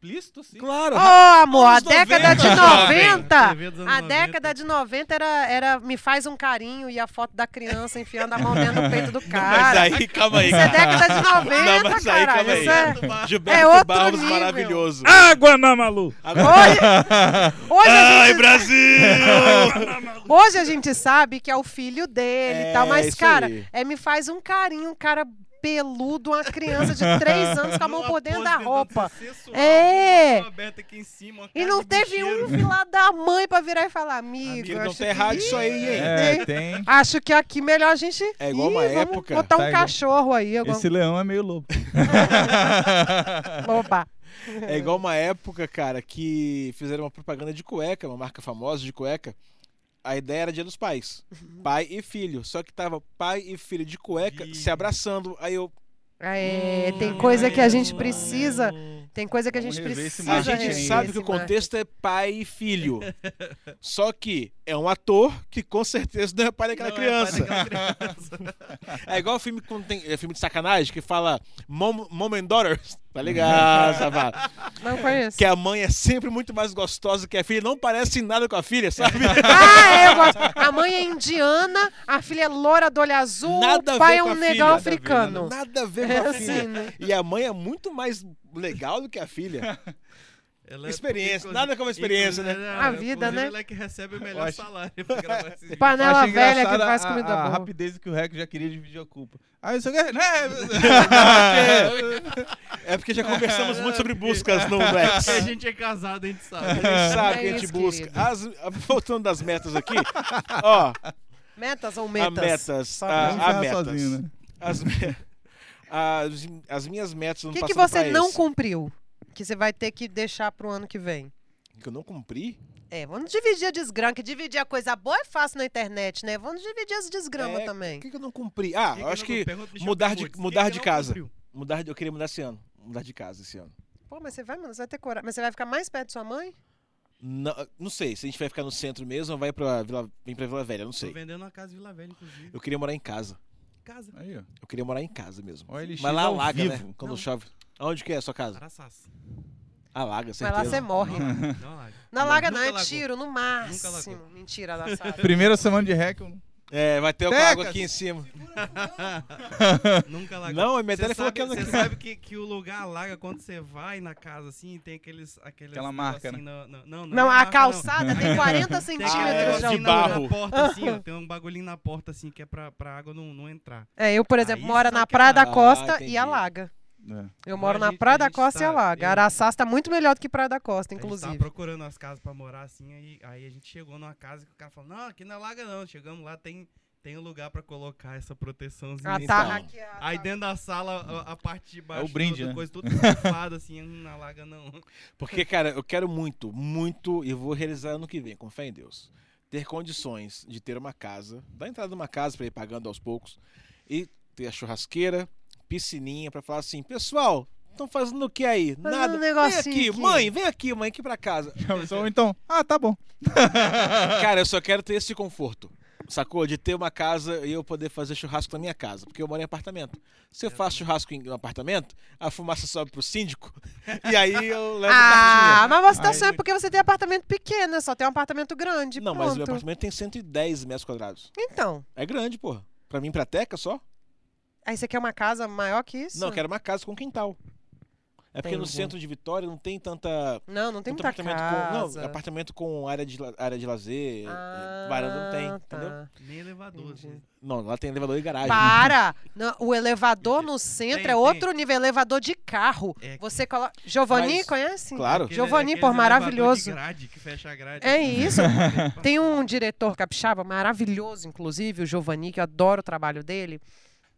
S4: explícito, assim.
S1: Claro.
S2: Ô, amor, a
S1: anos
S2: década
S1: 90,
S2: de
S1: jovem.
S2: 90...
S3: TV dos anos
S2: A
S3: 90.
S2: década de 90 era, era me faz um carinho e a foto da criança enfiando a mão dentro do peito do
S1: mas
S2: cara.
S1: aí, calma aí.
S2: Isso é década de 90,
S1: Não, mas aí,
S2: caralho.
S1: calma
S2: Isso
S1: aí.
S2: é...
S3: Alto bar.
S1: Gilberto
S2: é outro
S1: Barros
S2: nível. Ah,
S1: maravilhoso.
S4: Água na Malu!
S1: Agora...
S2: Hoje, hoje, a
S1: Ai,
S2: gente,
S1: Brasil!
S2: hoje a gente sabe que é o filho dele e
S1: É,
S2: tal, mas,
S1: isso
S2: tá cara,
S1: aí.
S2: é me faz um carinho, um cara peludo, uma criança de 3 anos com a mão
S3: Uma
S2: por dentro da
S3: pose
S2: roupa.
S3: sensual,
S2: É.
S3: com a mão aberta aqui em cima, uma
S2: E
S3: cara
S2: não
S3: de
S2: teve
S3: bicheiro.
S2: um lá da mãe pra virar e falar, amigo,
S1: Amigo, não
S2: acho
S1: tá
S2: que-
S1: errado isso aí, hein?
S4: É, tem.
S2: Acho que aqui melhor a gente
S1: É igual
S2: Ih,
S1: uma
S2: vamos
S1: época.
S2: botar um
S4: Tá igual-
S2: cachorro aí, alguma...
S4: Esse leão é meio louco.
S2: Opa.
S1: É igual uma época, cara, que fizeram uma propaganda de cueca, uma marca famosa de cueca. A ideia era dia dos pais.
S2: Uhum.
S1: Pai e filho. Só que tava pai e filho de cueca
S3: Ih.
S1: se abraçando. Aí eu.
S2: É, tem
S3: Hum,
S2: coisa que a gente
S3: mano.
S2: precisa,
S3: é
S2: tem coisa que a
S4: Vamos
S2: gente
S4: rever esse
S2: precisa.
S1: A
S4: Mas
S1: gente
S4: é,
S2: rever
S1: sabe
S2: esse
S1: que o
S2: marketing.
S1: contexto é pai e filho. Só que é um ator que com certeza não é pai daquela
S3: Não, é pai
S1: criança.
S3: daquela criança.
S1: É, igual o filme quando tem é filme de sacanagem que fala Mom, Mom and Daughters. Tá ligado, safado?
S2: Não conheço.
S1: Que a mãe é sempre muito mais gostosa que a filha. Não parece em nada com a filha, sabe?
S2: Ah, é, eu gosto. A mãe é indiana, a filha é loura do olho azul,
S1: Nada a
S2: o pai
S1: ver
S2: é
S1: com
S2: um
S1: a filha,
S2: negão
S1: nada a ver,
S4: né?
S2: africano.
S1: Nada a ver
S2: É
S1: com a
S2: assim,
S1: filha.
S2: né?
S1: E a mãe é muito mais legal do que a filha.
S3: Ela é-
S1: Experiência,
S3: inclusive-
S1: nada como experiência, né?
S3: inclusive,
S2: A vida,
S3: inclusive,
S2: né?
S3: Ela é que recebe o
S4: Eu
S3: melhor
S4: acho-
S3: salário pra gravar esses vídeos.
S2: Panela
S4: Achei
S2: velha que
S4: engraçada
S2: faz
S4: a-
S2: comida
S4: a,
S2: boa.
S4: rapidez que o Rec já queria dividir a culpa. Ah, isso aqui é... Né?
S1: É porque já conversamos muito sobre buscas no Rex.
S3: Porque a gente é casado, a gente sabe.
S1: Ele sabe
S2: É
S1: que a gente
S2: isso,
S1: busca.
S2: querido.
S1: As- voltando das metas aqui, ó,
S2: Metas ou
S1: a
S2: metas?
S1: metas.
S2: Só
S1: A, a
S2: metas.
S4: Não ferra
S1: metas.
S4: sozinho, né?
S1: As, me- as, as minhas metas
S2: O
S1: no
S2: que, que
S1: passado
S2: você
S1: pra
S2: não
S1: esse.
S2: cumpriu? Que você vai ter que deixar pro ano que vem?
S1: Que eu não cumpri?
S2: É, vamos dividir a desgrama, que dividir a coisa boa é fácil na internet, né? Vamos dividir as desgramas
S1: É,
S2: também.
S1: O que, que eu não cumpri? Ah, eu acho que
S3: Pergunta pro Michel
S1: mudar de-
S3: Fux, é o
S1: mudar
S3: que
S1: de
S3: ele não
S1: casa.
S3: cumpriu?
S1: mudar de, eu queria mudar esse ano. Mudar de casa esse ano.
S2: Pô, mas você vai, mano, você vai ter coragem. Mas você vai ficar mais perto de sua mãe?
S1: Não, não sei, se a gente vai ficar no centro mesmo ou vai pra Vila, vem pra Vila Velha, não
S3: Tô
S1: sei.
S3: vendendo uma casa em Vila Velha, inclusive.
S1: Eu queria morar em casa.
S3: Casa.
S4: Aí, ó.
S1: Eu queria morar em casa mesmo.
S4: Olha ele
S1: Mas lá
S4: ao
S1: alaga,
S4: vivo.
S1: né? Quando
S3: Não.
S1: chove. Aonde que é a sua casa?
S3: Araçás.
S1: Alaga,
S2: Mas
S1: certeza.
S2: lá você morre.
S3: Não, lá.
S2: Na laga não,
S3: Nunca
S2: é
S3: lagou.
S2: tiro, no máximo. Mentira, lá sabe.
S4: Primeira semana de Rec, eu-
S1: É, vai ter com a
S4: Tecas!
S1: água aqui em cima.
S3: Nunca lagou.
S1: Não, a minha
S3: Você
S1: tela falou
S3: sabe,
S1: que ela...
S3: cê sabe que, que o lugar alaga quando você vai na casa, assim, e tem aqueles... aqueles
S4: Aquela
S3: negócio
S4: marca, né?
S3: assim, no- no- não, não, é
S2: Não, a
S3: marca,
S2: calçada tem 40
S3: Tem aquele
S1: Ah,
S2: centímetros
S1: é,
S2: de
S3: negocinho
S1: de
S2: altura.
S3: na-
S1: barro.
S3: Na porta, assim, ó, tem um bagulhinho na porta, assim, que é pra, pra água não, não entrar.
S2: É, eu, por exemplo,
S3: Aí
S2: moro
S3: só
S2: na
S3: que
S2: Praia da
S1: alaga. Ah,
S2: Costa
S1: entendi.
S2: e alaga.
S4: É.
S2: Eu
S3: Não,
S2: moro
S3: a
S2: na
S3: gente-
S2: Praia
S3: a
S2: da
S3: gente
S2: Costa e
S3: tá-
S2: alaga.
S3: eu-
S2: Araçás tá muito melhor do que Praia da Costa,
S3: A
S2: inclusive.
S3: gente tá tava procurando as casas pra morar, assim, aí, aí a gente chegou numa casa que o cara falou, não, aqui não é laga não. Chegamos lá, tem, tem um lugar pra colocar essa proteçãozinha.
S2: Ah,
S3: e
S2: tá.
S3: tal.
S2: hackeada.
S3: então. Aí dentro da sala, a, a parte de baixo,
S4: brinde,
S3: toda
S4: né?
S3: coisa, tudo estufado, assim, hum, não alaga não.
S1: Porque, cara, eu quero muito, muito, e vou realizar ano que vem, com fé em Deus. Ter condições de ter uma casa, dar entrada numa casa pra ir pagando aos poucos, e ter a churrasqueira, piscininha, pra falar assim, pessoal, estão fazendo o que aí? Nada.
S2: um
S1: vem
S2: negocinho
S1: aqui,
S2: aqui."
S1: mãe, vem aqui, mãe, aqui pra casa.
S4: Ou então, ah, tá bom.
S1: Cara, eu só quero ter esse conforto. Sacou? De ter uma casa e eu poder fazer churrasco na minha casa, porque eu moro em apartamento. Se eu faço churrasco em um apartamento, a fumaça sobe pro síndico e aí eu levo
S2: Ah, mas você tá
S4: Aí-
S2: sonhando porque você tem apartamento pequeno, né? só tem um apartamento grande.
S1: Não,
S2: pronto.
S1: mas o meu apartamento tem 110 metros quadrados.
S2: Então,
S1: É grande, porra. Pra mim, pra teca só?
S2: aí você quer uma casa maior que isso?
S1: Não, eu quero uma casa com quintal. É porque no
S2: Entendi.
S1: centro de Vitória não tem tanta.
S2: Não, não tem
S1: tanto
S2: muita
S1: um apartamento
S2: casa.
S1: com. Não, é apartamento com área de, la- área de lazer, eh,
S2: Ah,
S1: é, varanda não tem,
S2: tá.
S1: entendeu?
S3: Nem elevador, assim.
S2: Entendi.
S3: gente.
S1: Não, lá tem elevador e garagem.
S2: Para! Não, o elevador no centro
S3: Tem,
S2: é
S3: tem.
S2: outro nível, elevador de carro.
S3: É.
S2: Você coloca. Giovanni,
S1: Mas-
S2: conhece?
S1: Claro.
S3: Aquele-
S2: Giovanni,
S3: aqueles
S2: por
S3: elevador de
S2: maravilhoso.
S3: grade, que fecha a grade.
S2: É
S3: assim.
S2: isso. Tem um diretor capixaba maravilhoso, inclusive, o Giovanni, que eu adoro o trabalho dele.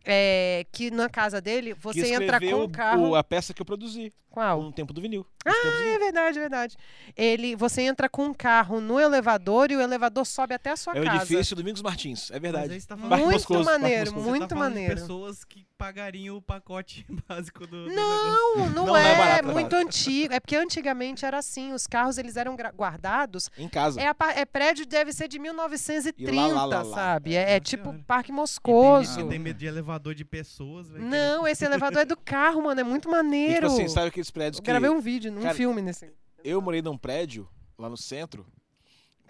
S2: é, que na casa dele
S1: Que
S2: você entra com
S1: escreveu
S2: o carro.
S1: o- a peça que eu produzi,
S2: Qual?
S1: um tempo do vinil.
S2: É verdade, é verdade. Ele, você entra com um carro no elevador e o elevador sobe até a sua
S1: É o
S2: casa.
S1: edifício Domingos Martins, é verdade.
S3: Mas aí você tá
S1: Parque
S3: falando-
S2: Muito
S1: Moscoso, Parque
S2: maneiro,
S1: Moscoso.
S3: Você
S2: muito
S3: tá falando de
S2: maneiro.
S3: pessoas que pagariam o pacote básico do. do negócio.
S2: Não, não,
S1: Não,
S2: é,
S1: é barato, é
S2: muito
S1: barato.
S2: antigo. É porque antigamente era assim, os carros eles eram gra- guardados.
S1: Em casa.
S2: É, a pa- é prédio deve ser de 1930,
S1: E lá, lá, lá, lá.
S2: sabe? É, é tipo
S3: Senhora.
S2: Parque
S3: Tem gente
S2: Moscoso.
S3: que tem medo de elevador de pessoas, velho.
S2: Não, esse elevador é do carro, mano, é muito
S1: E, tipo
S2: maneiro.
S1: assim, sabe aqueles prédios
S2: Eu
S1: que.
S2: gravei um vídeo, num
S1: Cara,
S2: filme nesse.
S1: Eu morei num prédio lá no centro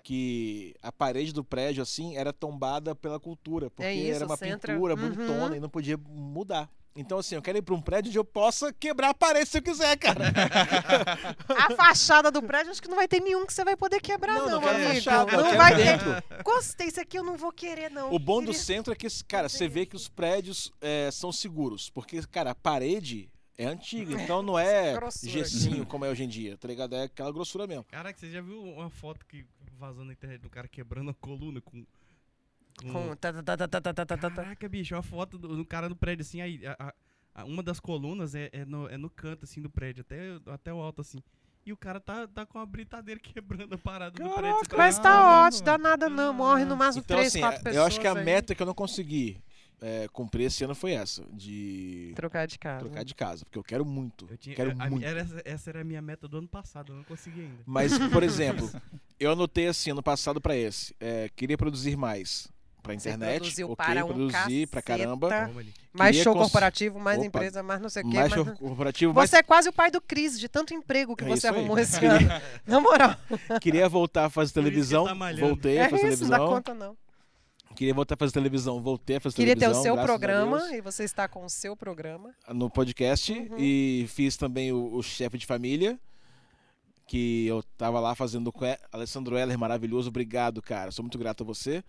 S1: que a parede do prédio assim era tombada pela cultura, porque
S2: É isso,
S1: era uma
S2: centro-
S1: pintura
S2: Uhum.
S1: bonitona e não podia mudar. Então assim, eu quero ir pra um prédio onde eu possa quebrar a parede se eu quiser, cara.
S2: A fachada do prédio, acho que não vai ter nenhum que você vai poder quebrar, não,
S1: não,
S2: amigo.
S1: quero fachada, eu
S2: não
S1: quero
S2: vai ter.
S1: dentro.
S2: Gostei, isso aqui eu não vou querer, não.
S1: O bom do
S2: Queria-
S1: centro é que, cara, você vê que os prédios é, são seguros, porque, cara, a parede é antiga, então não é
S2: Grossura.
S1: gessinho como é hoje em dia, tá ligado? É aquela grossura mesmo.
S3: Caraca, você já viu uma foto que vazou na internet do cara quebrando a coluna com.
S2: Com... tá, tá, tá, tá, tá, tá, tá, tá, tá.
S3: Caraca, bicho, uma foto do, do cara no prédio, assim, aí. a- a- a- uma das colunas é, é no, é no canto, assim, do prédio, até, até o alto, assim. E o cara tá, tá com a britadeira quebrando a parada do prédio. Você fala,
S2: Mas
S4: Não,
S2: tá
S4: não, não.
S2: ótimo, dá nada não. Morre no máximo
S1: Então,
S2: três,
S1: assim,
S2: quatro pessoas.
S1: eu acho que a
S2: aí.
S1: meta que eu não consegui é, cumprir esse ano foi essa, de
S2: Trocar de casa.
S1: trocar de casa, porque eu quero muito.
S3: Eu tinha, é,
S1: quero
S3: a- a-
S1: muito.
S3: era essa, essa era a minha meta do ano passado, eu não consegui ainda.
S1: Mas, por exemplo, eu anotei assim ano passado pra esse. é, queria produzir mais pra
S2: Você
S1: internet.
S2: produziu
S1: ok,
S2: para um
S1: produzir pra caramba.
S2: caceta.
S3: Vamos ali.
S2: Mais
S1: Queria
S2: show
S1: cons-
S2: corporativo, mais
S1: Opa.
S2: empresa, mais não sei o quê.
S1: Mais
S2: mais-
S1: corporativo, mas
S2: Você é quase o pai do Cris, de tanto emprego que
S1: É
S2: você
S1: isso aí.
S2: arrumou esse ano. Na moral.
S1: queria voltar a fazer
S3: Por isso que
S1: televisão.
S3: tá malhando.
S1: voltei a
S2: É
S1: fazer
S2: isso, não dá
S1: televisão.
S2: conta não.
S1: Queria voltar a fazer televisão, voltei a fazer
S2: Queria ter
S1: televisão.
S2: o seu
S1: graças a
S2: programa
S1: Deus,
S2: e você está com o seu programa. Uhum.
S1: no podcast. E fiz também o, o chefe de família. que eu tava lá fazendo com e- Alessandro Heller, maravilhoso, obrigado, cara. Sou muito grato a você.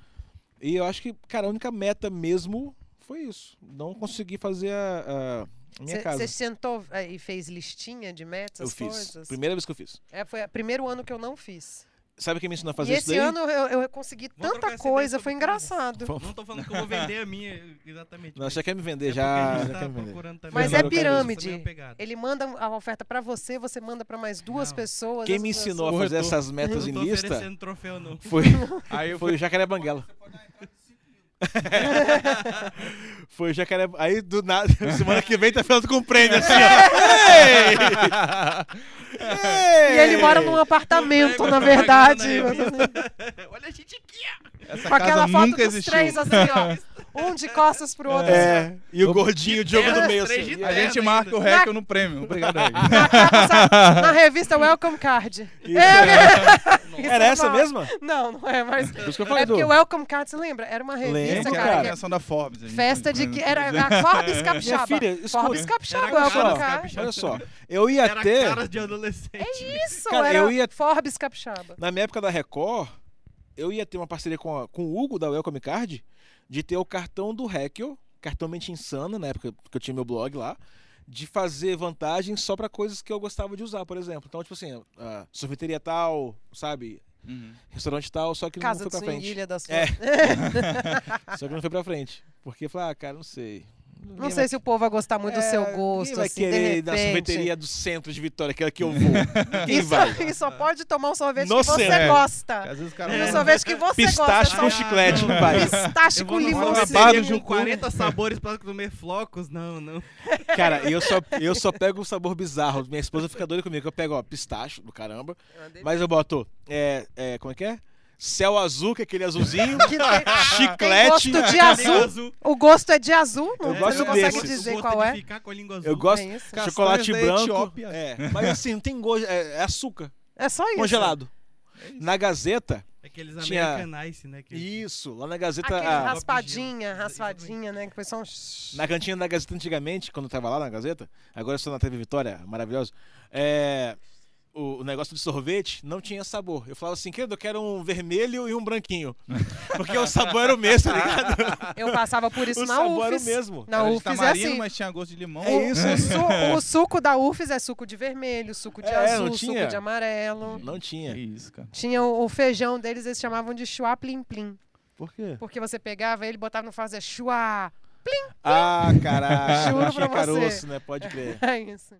S1: E eu acho que, cara, a única meta mesmo foi isso. Não consegui fazer a, a minha casa.
S2: Você sentou é, e fez listinha de metas,
S1: eu fiz.
S2: coisas?
S1: Primeira vez que eu fiz.
S2: É, foi o primeiro ano que eu não fiz.
S1: Sabe quem me ensinou a
S2: e
S1: fazer isso
S2: esse
S1: daí?
S2: ano eu, eu consegui
S3: trocar essa
S2: tanta
S3: ideia
S2: coisa,
S3: sobre
S2: foi
S3: casa.
S2: engraçado.
S3: Não tô falando que eu vou vender a minha exatamente.
S1: Não,
S3: mas
S1: já quer me vender,
S3: é porque a
S1: já.
S3: gente
S1: já
S3: tá
S1: quer me vender.
S3: procurando também.
S1: Mas
S3: Eu
S1: é
S3: quero ver
S2: pirâmide. É
S3: essa minha pegada.
S2: Ele manda a oferta pra você, você manda pra mais duas
S3: Não.
S2: pessoas.
S1: Quem
S2: as
S1: me
S2: duas-
S1: ensinou a
S4: Corretor.
S1: fazer essas metas em
S3: Não tô
S1: lista
S3: oferecendo troféu, não.
S1: foi,
S4: Aí eu
S1: foi o Jacaré Banguela. Foi o Jacaré. Aí do nada, semana que vem tá falando com o prêmio assim, ó. Ei!
S2: E ele mora
S1: Ei! é
S2: num apartamento,
S3: Não pega,
S2: na
S3: não
S2: verdade.
S1: né?
S3: pega na Olha a gente aqui, ó.
S4: É, Essa
S2: Com aquela
S4: casa
S2: foto
S4: nunca
S2: dos
S4: existiu.
S2: três assim, ó. Um de costas pro outro. assim,
S1: É, e o
S4: Eu-
S1: gordinho, o Diogo no
S3: terra,
S1: meio.
S3: três
S1: assim.
S3: de
S1: E
S4: A
S1: aí-
S4: gente
S2: né?
S3: Entendo
S4: marca
S3: ainda.
S4: o recorde no prêmio. Obrigado aí.
S2: ó. assim, Na, capa, sabe? Na revista Welcome Card. É, isso
S1: Era
S2: é
S1: essa
S2: uma-
S1: mesma?
S2: Não, não é, mas.
S1: Por isso que eu
S2: É
S1: falei, do...
S2: porque o Welcome Card, você lembra? Era uma
S1: Lembro,
S2: revista,
S4: Gente,
S2: cara.
S4: era é a
S1: cara.
S2: que- é
S4: criação da Forbes. a gente
S2: Festa
S4: não
S2: de
S4: foi
S2: que
S4: no-
S2: era a Forbes
S1: Minha
S2: Capixaba.
S1: filha,
S2: Forbes
S1: escuta.
S2: Capixaba,
S3: Era
S2: Welcome
S1: caras
S2: Card.
S1: Olha só, eu ia
S3: Era
S1: ter.
S3: caras de adolescente.
S2: Isso,
S1: Cara,
S2: era
S1: eu ia-
S2: Forbes Capixaba.
S1: Na minha época da Record, eu ia ter uma parceria com, a- com o Hugo da Welcome Card de ter o cartão do Heckel, cartão Mente Insana, na época que eu tinha meu blog lá, de fazer vantagens só pra coisas que eu gostava de usar, por exemplo. Então, tipo assim, a sorveteria tal, sabe?
S4: Uhum.
S1: Restaurante tal, só que
S2: Casa
S1: não
S2: do
S1: um foi pra
S2: Swing,
S1: frente.
S2: Ilha das
S1: É.
S2: Flores.
S1: Só que não foi pra frente. Porque falar, ah, cara, não sei.
S2: Não sei se o povo vai gostar é muito do seu gosto,
S1: Quem É, vai
S2: assim, de
S1: querer ir na
S2: repente.
S1: sorveteria do centro de Vitória, aquela que é eu vou. Quem
S2: Isso,
S1: vai?
S2: e só pode tomar um sorvete
S1: No
S2: que você
S1: centro.
S4: Porque
S2: gosta.
S4: Às vezes o
S2: Um
S4: cara...
S3: É.
S4: manda-
S2: sorvete que você
S1: Pistache
S2: gosta.
S1: com
S2: só-
S1: chiclete,
S3: não.
S1: não vai.
S2: Pistache com limão.
S4: numa
S2: Você-
S4: barra
S3: de
S4: de um
S3: um
S4: cu.
S3: 40 sabores pra comer flocos, não, não.
S1: Cara, eu só, eu só pego o sabor bizarro. Minha esposa fica doida comigo. que Eu pego, ó, pistache do caramba. Mas eu boto, é, é, como é que é? Céu azul, que é aquele azulzinho.
S2: Que tem-
S1: chiclete.
S2: Tem gosto de
S3: Cadê o
S2: azul? O gosto é de azul, não,
S1: Eu
S2: você
S1: gosto
S2: não consegue
S1: desses.
S2: dizer
S3: O gosto
S2: qual
S3: de
S2: é.
S3: Ficar com a língua azul.
S1: Eu gosto
S2: É isso.
S1: de chocolate
S4: Castanhas da
S1: branco.
S4: Etiópia.
S1: É, mas assim, não tem gosto. É, é açúcar
S2: É só isso.
S1: congelado. Na Gazeta,
S3: Aqueles
S1: Tinha-
S3: americanais, né? Que...
S1: isso, lá na Gazeta.
S2: Aquele
S1: a-
S2: raspadinha, raspadinha, né? Que foi só um...
S1: Na cantina da Gazeta antigamente, quando eu tava lá na Gazeta, agora eu sou na TV Vitória, maravilhoso. é, o, o negócio de sorvete não tinha sabor. Eu falava assim, querido, eu quero um vermelho e um branquinho. Porque o sabor era o mesmo, tá ligado?
S2: Eu passava por isso
S1: o
S2: na
S1: sabor era o
S2: UFES.
S1: mesmo.
S2: Na
S4: era de
S2: UFES é
S4: tamarino,
S2: assim.
S4: tá mas tinha gosto de limão.
S1: É isso.
S2: O, su- o suco da UFES é suco de vermelho, suco de
S1: É, não
S2: azul,
S1: tinha?
S2: suco de amarelo.
S1: Não
S4: Que
S1: tinha.
S4: É isso, cara.
S2: Tinha o, o feijão deles, eles chamavam de chuá plim plim.
S1: Por quê?
S2: Porque você pegava ele, botava no fazer chuá.
S1: Ah, caralho.
S2: Juro
S1: não tinha
S2: pra você.
S1: caroço, né? Pode crer.
S2: É isso.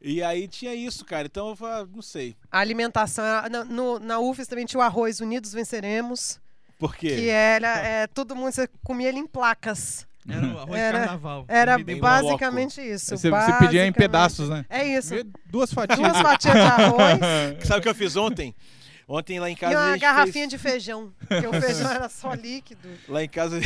S1: E aí tinha isso, cara. Então eu falava, não sei.
S2: A alimentação. a- Na, no- na UFES também tinha o arroz Unidos Venceremos,
S1: Por quê?
S2: que era. É, todo mundo você comia ele em placas.
S3: Era o arroz
S2: Era-
S3: carnaval.
S2: Era
S3: Comida em
S1: ba-
S3: bloco.
S2: basicamente isso.
S4: Você, você pedia em
S2: basicamente.
S4: pedaços, né?
S2: É isso.
S4: Duas fatias.
S2: Duas fatias de arroz
S1: Sabe o que eu fiz ontem? Ontem lá em casa.
S2: é. e
S1: a
S2: uma
S1: gente
S2: garrafinha
S1: fez-
S2: de feijão. Porque o feijão era só líquido.
S1: Lá em casa.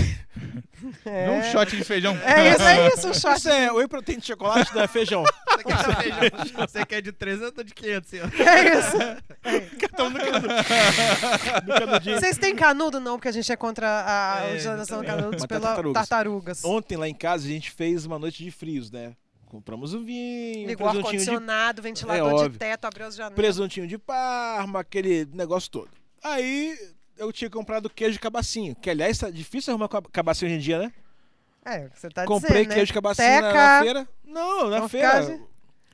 S4: Não um shot de feijão.
S2: É isso, é isso, um shot.
S1: Isso é whey proteína de chocolate, não é feijão.
S3: Você quer, feijão? Você quer de 300 ou de 500, senhor?
S2: É isso.
S1: Cada
S3: Então,
S1: um no canudo. No canudinho.
S2: Vocês têm canudo? Não, porque a gente é contra a
S3: É,
S2: utilização de
S3: exatamente.
S2: canudos
S1: Mas tá
S2: pela
S1: tartarugas.
S2: tartarugas.
S1: Ontem lá em casa a gente fez uma noite de frios, né? Compramos um vinho, um
S2: Ligou
S1: presuntinho de,
S2: ar-condicionado,
S1: É
S2: ventilador
S1: óbvio.
S2: de teto, abriu as janelas.
S1: presuntinho de parma, aquele negócio todo. Aí eu tinha comprado queijo cabacinho, que aliás tá difícil arrumar caba- cabacinho hoje em dia, né?
S2: É, o que você tá
S1: Comprei
S2: dizendo, né?
S1: queijo cabacinho na,
S2: Teca.
S1: na feira. Não, na
S2: Então fica
S1: feira.
S2: assim.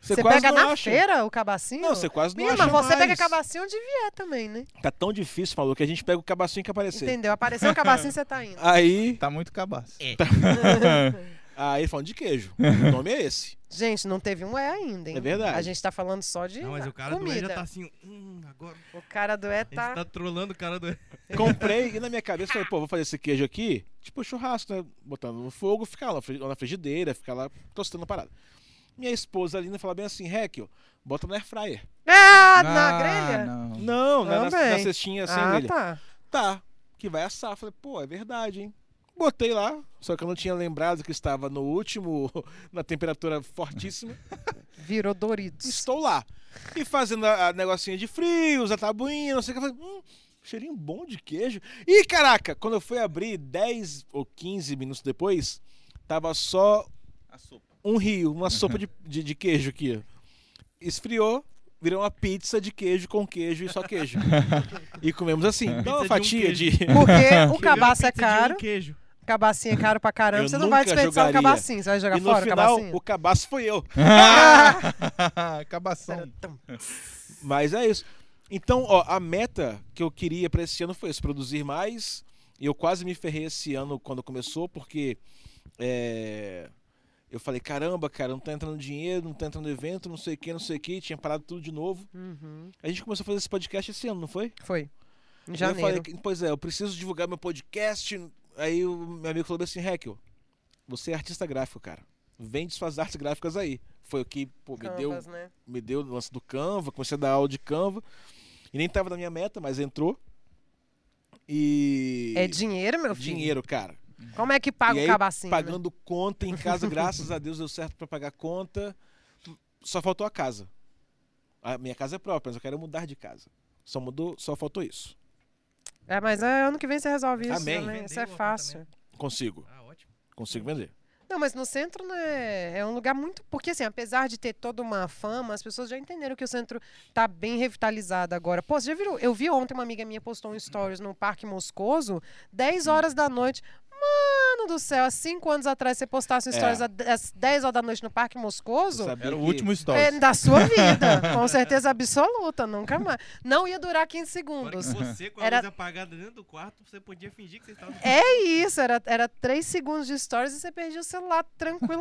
S1: Você,
S2: Você,
S1: quase
S2: pega
S1: não
S2: na
S1: acha.
S2: feira o cabacinho?
S1: Não, você quase não
S2: Ih,
S1: acha
S2: mas você pega
S1: mais.
S2: cabacinho onde vier também, né?
S1: Tá tão difícil, falou, que a gente pega o cabacinho que aparecer.
S2: Entendeu? Apareceu o cabacinho, você tá indo.
S1: Aí,
S4: Tá muito cabaço.
S2: É.
S1: aí falando de queijo. o nome é esse.
S2: Gente, não teve um é ainda, hein?
S1: É verdade.
S2: A gente tá falando só de
S3: Não, mas o cara do E
S2: comida.
S3: já tá assim, hum, agora...
S2: O cara do é
S3: Ele tá...
S2: tá...
S3: trolando o cara do E.
S1: Comprei e na minha cabeça falei, pô, vou fazer esse queijo aqui, tipo churrasco, né? Botando no fogo, ficar lá fri- na frigideira, ficar lá tostando a parada. Minha esposa ali fala bem assim, Heckel, bota no air fryer.
S2: Ah, na grelha?
S4: Não.
S1: Não, é na, na, na
S2: Também.
S1: cestinha assim
S2: ah,
S1: dele. Tá.
S2: tá.
S1: que vai assar. Falei, pô, é verdade, hein? Botei lá, só que eu não tinha lembrado que estava no último, na temperatura fortíssima.
S2: Virou Doritos.
S1: Estou lá. E fazendo a, a negocinha de frios, a tabuinha, não sei o que. Eu falei, hum, cheirinho bom de queijo. E caraca, quando eu fui abrir 10 ou 15 minutos depois, tava só
S4: A sopa.
S1: um
S3: Uhum.
S1: rio, uma sopa de, de, de queijo aqui. ó. Esfriou, virou uma pizza de queijo com queijo e só queijo. e comemos assim, dá
S3: Pizza de
S1: uma
S3: um
S1: fatia de.
S3: queijo.
S2: Porque o
S3: Queria uma
S2: cabaço é
S3: pizza de um
S2: caro,
S3: queijo.
S2: cabacinho é caro pra caramba,
S1: Eu
S2: você não vai
S1: nunca
S2: desperdiçar
S1: jogaria.
S2: um cabacinho, você vai jogar
S1: e no
S2: fora o
S1: final,
S2: cabacinho?
S1: o cabaço foi eu.
S4: Acabação.
S1: Mas é isso. Então, ó, a meta que eu queria pra esse ano foi isso, produzir mais. E eu quase me ferrei esse ano quando começou, porque é, eu falei, caramba, cara, não tá entrando dinheiro, não tá entrando evento, não sei o que, não sei o que, tinha parado tudo de novo.
S2: Uhum.
S1: A gente começou a fazer esse podcast esse ano, não foi?
S2: Foi. Em
S1: E Eu falei,
S2: janeiro.
S1: que- pois é, eu preciso divulgar meu podcast. Aí o meu amigo falou assim, Heckel, você é artista gráfico, cara. Vende suas artes gráficas aí. Foi o que pô, me deu
S2: Canvas, né?
S1: me deu o lance do Canva, comecei a dar aula de Canva. E nem tava na minha meta, mas entrou. E.
S2: É dinheiro, meu filho?
S1: dinheiro, cara.
S2: Como é que paga
S1: E
S2: o
S1: aí,
S2: cabacinho? né?
S1: Pagando conta em casa, graças a Deus deu certo pra pagar conta. Só faltou a casa. A minha casa é própria, mas eu quero mudar de casa. Só mudou, só faltou isso.
S2: É, mas é, ano que vem você resolve isso
S1: Amém.
S2: também. Isso é
S3: Vendeu o
S2: fácil.
S1: Consigo,
S3: Ah, ótimo.
S1: consigo vender.
S2: Não, mas no centro, né, é um lugar muito... Porque, assim, apesar de ter toda uma fama, as pessoas já entenderam que o centro tá bem revitalizado agora. Pô, você já viu? Eu vi ontem uma amiga minha postou um stories no Parque Moscoso, 10 horas da noite. Mano do céu, há 5 anos atrás você postasse um
S1: É.
S2: stories a- às 10 horas da noite no Parque Moscoso...
S1: Sabia
S4: Era o
S1: que-
S4: último
S2: É,
S4: stories.
S2: da sua vida, com certeza absoluta, nunca mais. Não ia durar 15
S3: Agora
S2: segundos.
S3: que você, com a
S2: Um Era-
S3: luz apagada dentro do quarto, você podia fingir que você estava...
S2: É isso, era, era três segundos de stories e você perdia o celular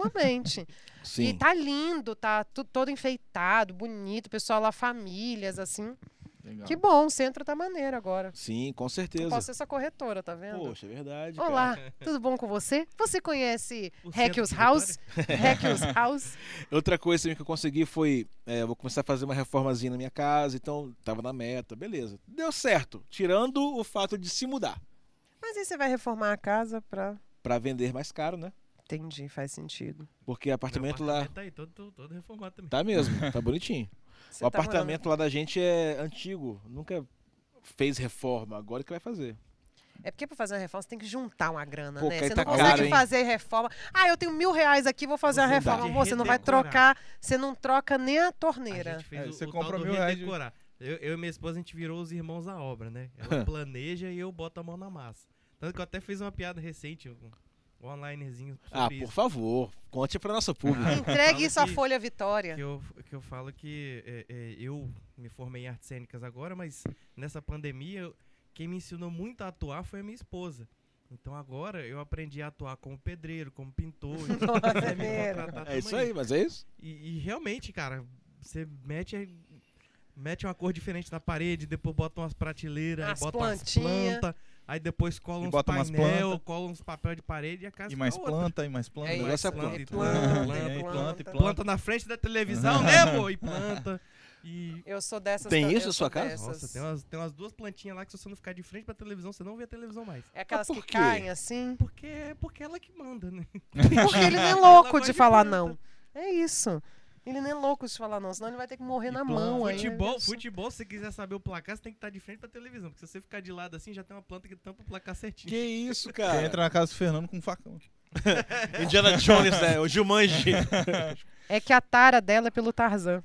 S2: tranquilamente. E
S1: Sim.
S2: tá lindo, tá tu- todo enfeitado, bonito, o pessoal lá, famílias, assim.
S4: Legal.
S2: Que bom, o centro tá maneiro agora.
S1: Sim, com
S2: Eu
S1: certeza.
S2: posso ser sua corretora, tá vendo?
S1: Poxa, é verdade. cara.
S2: Olá, tudo bom com você? Você conhece
S3: O centro
S2: Hackers
S3: de
S2: House? Hackers House?
S1: Outra coisa também que eu consegui foi, é, eu vou começar a fazer uma reformazinha na minha casa, então tava na meta, beleza. Deu certo, tirando o fato de se mudar
S2: Mas aí você vai reformar a casa pra.
S1: Pra vender mais caro, né?
S2: Entendi, faz sentido.
S1: Porque apartamento
S3: Meu
S1: lá
S3: apartamento Tá aí, todo, todo, todo reformado também.
S1: tá mesmo, tá bonitinho.
S2: Você
S1: o
S2: tá morando-
S1: apartamento lá da gente é antigo, nunca fez reforma, agora que vai fazer.
S2: É porque pra fazer uma reforma você tem que juntar uma grana,
S1: Pô,
S2: né?
S1: que aí
S2: Você
S1: tá
S2: não consegue
S1: caro, hein?
S2: fazer reforma. Ah, eu tenho mil reais aqui, vou
S3: Você
S2: fazer uma
S3: dá.
S2: reforma.
S3: De
S2: Amor, você não vai
S3: redecorar.
S2: trocar, você não troca nem a
S3: A
S2: torneira.
S3: gente fez
S4: É,
S3: o,
S4: você
S3: o
S4: compra
S3: tal do
S4: mil reais de-
S3: redecorar. Eu, eu e minha esposa, a gente virou os irmãos à obra, né? Ela planeja e eu boto a mão na massa. Tanto que eu até fiz uma piada recente, um um onlinezinho sobre
S1: Ah, por
S3: isso.
S1: favor, conte pra nossa pública.
S2: Entregue
S3: Fala
S2: isso à
S3: que-
S2: Folha Vitória.
S3: Que eu, que eu falo que é, é, eu me formei em artes cênicas agora, mas nessa pandemia, eu- quem me ensinou muito a atuar foi a minha esposa. Então agora eu aprendi a atuar como pedreiro, como pintor. então
S2: Nossa,
S3: se quiser me
S2: pedreiro.
S3: contratar,
S1: É isso
S3: tamo
S1: aí, mas é isso?
S3: E, e realmente, cara, você mete mete uma cor diferente na parede, depois bota umas prateleiras, aí
S2: As
S3: bota
S2: plantinha.
S3: umas plantas, aí depois cola
S4: E
S3: uns
S4: bota umas
S3: painel,
S4: planta.
S3: cola uns papel de parede e a casa
S4: E mais
S3: fica outra.
S4: planta, e mais planta.
S1: É negócio é
S2: isso,
S1: planta.
S2: e
S4: Planta,
S2: e
S4: planta, e planta.
S3: Planta na frente da televisão, né, amor? E planta. E
S2: Eu sou dessas.
S1: Tem
S2: também,
S1: isso
S2: eu
S1: na
S2: sou
S1: sua casa?
S2: dessas.
S3: Nossa, tem umas, tem umas duas plantinhas lá que se você não ficar de frente pra televisão, você não vê a televisão mais.
S2: É aquelas
S1: Ah,
S2: que
S1: por quê?
S2: caem assim.
S3: Porque é porque ela que manda, né?
S2: Porque ele não é
S3: Ela
S2: louco
S3: gosta
S2: de
S3: de
S2: falar
S3: planta.
S2: não. É isso. Ele não é louco de falar não, senão ele vai ter que morrer
S4: E
S2: na
S4: planta.
S2: mão aí.
S3: futebol,
S2: Isso.
S3: futebol, se você quiser saber o placar, você tem que estar de frente pra televisão. Porque se você ficar de lado assim, já tem uma planta que tampa o placar certinho.
S1: Que isso,
S4: Você
S1: cara?
S4: entra na casa do Fernando com um facão.
S1: Indiana Jones, né? O Jumanji.
S2: É que a tara dela é pelo Tarzan.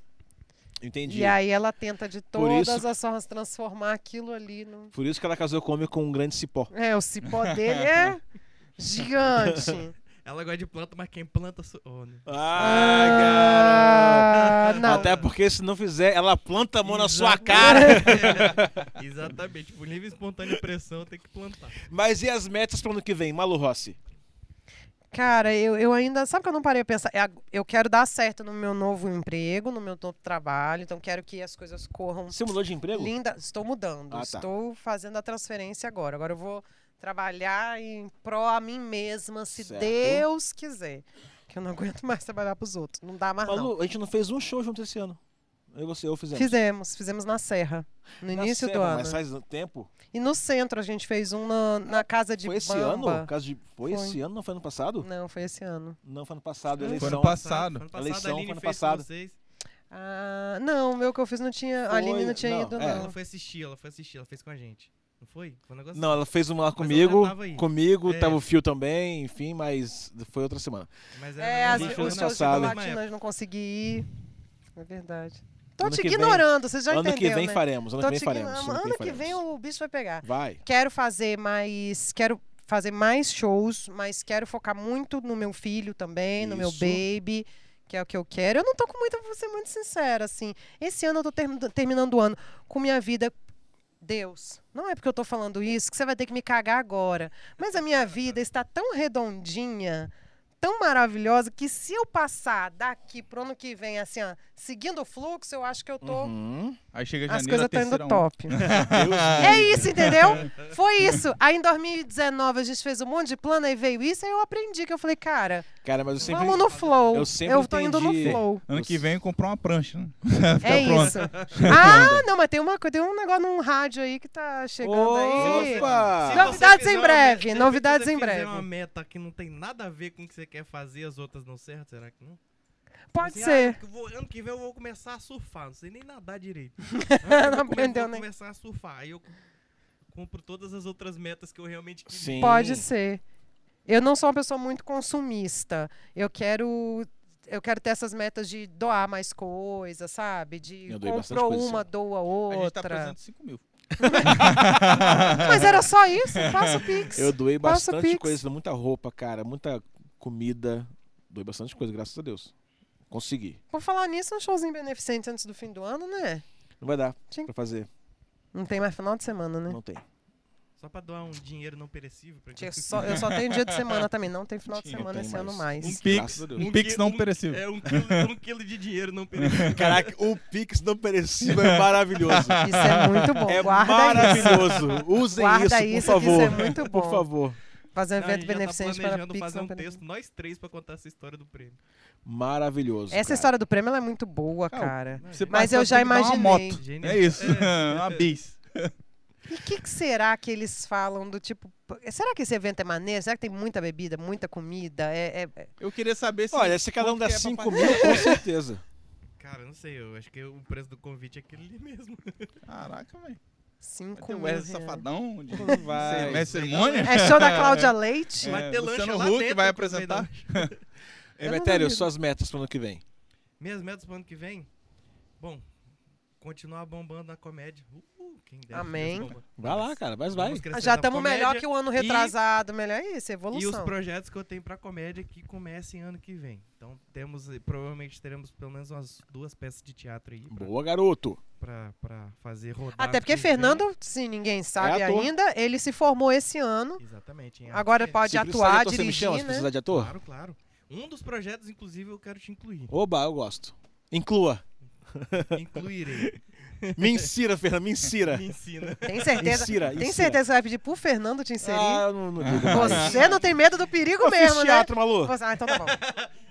S1: Entendi.
S2: E aí ela tenta de
S1: Por isso-
S2: todas as formas transformar aquilo ali num.
S1: Por isso que ela casou comigo com um grande cipó.
S2: É, o cipó dele é gigante.
S3: Ela gosta de planta, mas quem planta. sou- Oh, né?
S1: Ah, garoto!
S2: Ah, não.
S1: Até porque se não fizer, ela planta a mão na sua
S3: Exato.
S1: cara.
S3: Exatamente, Tipo, por livre e espontânea pressão tem que plantar.
S1: Mas e as metas para ano que vem, Malu Rossi?
S2: Cara, eu, eu ainda. Sabe que eu não parei a pensar? É, ag- Eu quero dar certo no meu novo emprego, no meu novo trabalho, então quero que as coisas corram
S1: Você mudou de emprego?
S2: linda. Estou mudando,
S1: Ah, tá.
S2: estou fazendo a transferência agora. Agora eu vou trabalhar em pró a mim mesma, se
S1: Certo.
S2: Deus quiser. Que eu não aguento mais trabalhar pros outros. Não dá mais, não.
S1: Malu, a gente não fez um show junto esse ano. Eu e você, eu fizemos.
S2: Fizemos, fizemos na Serra, no
S1: Na
S2: início do
S1: Serra,
S2: ano.
S1: Mas faz um tempo.
S2: E no centro a gente fez um na, na casa de
S1: foi esse
S2: Bamba.
S1: ano? Caso de... foi,
S2: Foi.
S1: esse ano? Não foi ano passado?
S2: Não, foi esse ano.
S1: Não, foi ano passado.
S3: Foi ano
S1: Eleição.
S4: Foi no passado.
S3: Ano passado,
S1: Eleição,
S3: a Aline
S1: foi ano
S3: fez
S1: passado.
S3: com vocês.
S2: Ah, não, o meu que eu fiz não tinha.
S1: Foi,
S2: A Aline não tinha
S1: não,
S2: ido,
S1: é.
S3: Ela
S2: não.
S3: foi assistir, ela foi assistir, ela fez com a gente. Não foi? Foi um negócio
S1: Não, ela fez uma lá
S3: eu
S1: comigo.
S3: já tava aí.
S1: Comigo,
S3: É.
S1: tava o Fio também, enfim, mas foi outra semana.
S3: assim, Mas era
S2: É,
S3: um
S2: as,
S1: gente
S3: negócio
S1: foi
S2: os
S1: ano
S3: na
S2: shows de
S1: passado.
S3: mesma época.
S2: Latinas não consegui ir. É verdade. Tô
S1: Ano
S2: te
S1: que vem-
S2: ignorando, vocês já
S1: ano
S2: entendeu,
S1: que vem
S2: né?
S1: faremos, ano
S2: Tô
S1: que vem
S2: te
S1: faremos.
S2: ignorando.
S1: ano que vem
S2: Ano que vem
S1: faremos.
S2: o bicho vai pegar.
S1: Vai.
S2: Quero fazer mais, quero fazer mais shows, mas quero focar muito no meu filho também, no meu
S1: Isso.
S2: baby, que é o que eu quero. Eu não tô com muita, vou ser muito sincera, assim. Esse ano eu tô termi- terminando o ano com minha vida. Deus, não é porque eu tô falando isso que você vai ter que me cagar agora. Mas a minha vida está tão redondinha, tão maravilhosa, que se eu passar daqui pro ano que vem, assim, ó, seguindo o fluxo, eu acho que eu tô.
S1: Uhum.
S4: Aí chega
S2: As
S4: janeiro,
S2: coisas
S4: a
S2: estão indo
S4: terceira onda.
S2: top. É isso, entendeu? Foi isso. Aí em 2019 a gente fez um monte de plano, aí veio isso, aí eu aprendi que eu falei, cara,
S1: Cara, mas eu sempre.
S2: vamos no flow.
S1: eu
S2: Eu,
S1: sempre
S2: tô indo no
S1: entendi.
S2: flow.
S4: Ano que vem comprar uma prancha, né?
S2: É
S4: pronto.
S2: isso. Ah, não, mas tem uma coisa, tem um negócio num rádio aí que tá chegando aí.
S1: Opa!
S3: Se
S2: Não,
S3: você
S2: novidades
S3: fizer
S2: em
S3: uma
S2: breve,
S3: meta- se
S2: novidades
S3: você
S2: em breve.
S3: fizer uma meta que não tem nada a ver com o que você quer fazer, as outras não certo, será que não?
S2: Pode
S3: Assim, ah,
S2: ser.
S3: eu vou- ano que vem eu vou começar a surfar, não sei nem nadar direito.
S2: Não aprendeu
S3: Eu vou
S2: nem.
S3: começar a surfar, aí eu compro todas as outras metas que eu realmente queria.
S1: Sim.
S2: Pode ser. Eu não sou uma pessoa muito consumista. Eu quero eu quero ter essas metas de doar mais coisas, sabe? De
S1: Eu doei bastante
S2: comprou
S1: coisa esse
S2: uma,
S1: ano.
S2: doa
S4: A gente tá
S2: outra.
S4: precisando de 5 mil.
S2: Mas era só isso, faça o pix.
S1: Eu doei
S2: Passa o
S1: bastante
S2: Pix.
S1: coisa, muita roupa, cara, muita comida. Doei bastante coisa, graças a Deus. Consegui.
S2: Por falar nisso, um showzinho beneficente antes do fim do ano, né?
S1: Não vai dar
S2: Tinha-
S1: pra fazer.
S2: Não tem mais final de semana, né?
S1: Não tem.
S3: Só pra doar um dinheiro não perecível. Pra
S2: Tinha só- eu só tenho dia de semana também, não tem final de
S4: Tinha,
S2: semana
S1: tem
S2: esse
S1: mais.
S2: ano mais.
S1: Um Graças
S4: Pix,
S1: a Deus.
S4: um Pix
S3: quilo-
S4: não perecível.
S3: É, um quilo, um quilo de dinheiro não perecível.
S1: Caraca, o Pix não perecível é maravilhoso.
S2: Isso é muito bom.
S1: É
S2: Guarda isso.
S1: maravilhoso. Usem
S2: Guarda
S1: isso, por
S2: isso, que
S1: favor.
S2: isso é muito bom.
S1: Por favor.
S2: Fazer um
S3: Não, a
S2: evento
S3: gente já
S2: beneficente
S3: tá
S2: para
S3: planejando
S2: Pix.
S3: fazer
S2: não
S3: um
S2: beneficente.
S3: texto, nós três, pra contar essa história do prêmio.
S1: Maravilhoso.
S2: Essa
S1: cara.
S2: história do prêmio ela é muito boa,
S4: Cara,
S2: cara.
S1: Né?
S4: Você
S2: Mas
S4: passa,
S2: eu já
S4: tem que dar
S2: imaginei.
S4: Uma moto.
S3: Genial.
S4: É isso.
S3: É.
S4: uma bis.
S2: E o que, que será que eles falam do tipo. p- Será que esse evento é maneiro? Será que tem muita bebida, muita comida? É, é- é-
S4: Eu queria saber se.
S1: Olha, se cada um der
S4: quanto que é pra
S1: 5
S4: pagar.
S1: mil, com certeza.
S3: Cara, eu não sei, eu acho que o preço do convite é aquele ali mesmo.
S4: Caraca, velho. Vai
S2: Cinco
S4: ter o
S2: mil.
S4: um Wesley
S2: reais.
S4: Safadão de
S1: Vai.
S4: Mestre de cerimônia?
S2: É show da Cláudia Leite?
S3: Vai ter lanche
S4: Luciano
S3: lá
S4: Huck
S3: dentro, né?
S4: vai
S3: pro meio da
S4: apresentar?
S3: noite.
S2: Eu não
S1: Emetério,
S2: duvido.
S1: suas metas pro ano que vem.
S3: Minhas metas pro ano que vem? Bom, continuar bombando na comédia. Uh, quem dera.
S2: Amém.
S3: Deus bomba.
S1: Vai lá, cara, mas vai.
S3: Vamos crescer
S2: Já
S3: na
S2: estamos melhor
S3: é comédia
S2: que o ano retrasado. Melhor é isso, evolução.
S3: E os projetos que eu tenho pra comédia que comecem ano que vem. Então temos, eh, provavelmente teremos pelo menos umas duas peças de teatro aí pra,
S1: Boa, garoto.
S3: pra, pra fazer rodar. né?
S2: Até
S3: ano
S2: porque
S3: que vem.
S2: Fernando, se ninguém sabe
S1: É ator.
S2: ainda, ele se formou esse ano.
S3: Exatamente. hein?
S2: Agora
S3: Acho que-
S2: pode
S1: se
S2: atuar,
S1: precisar de ator, você me
S2: dirigir,
S1: chama, se
S2: né?
S1: precisar de ator?
S3: Claro, claro. Um dos projetos, inclusive, eu quero te incluir.
S1: Oba, eu gosto. Inclua.
S3: Incluirei.
S1: Me insira, Fernando, me insira.
S3: Me ensina.
S2: Tem certeza?
S1: Insira,
S2: tem
S1: insira.
S2: certeza que você vai pedir pro Fernando te inserir?
S1: Ah, eu não, não digo mais.
S2: Você não tem medo do perigo
S1: Eu
S2: mesmo,
S1: fiz
S2: né?
S1: teatro, maluco.
S2: Você- Ah, então tá bom.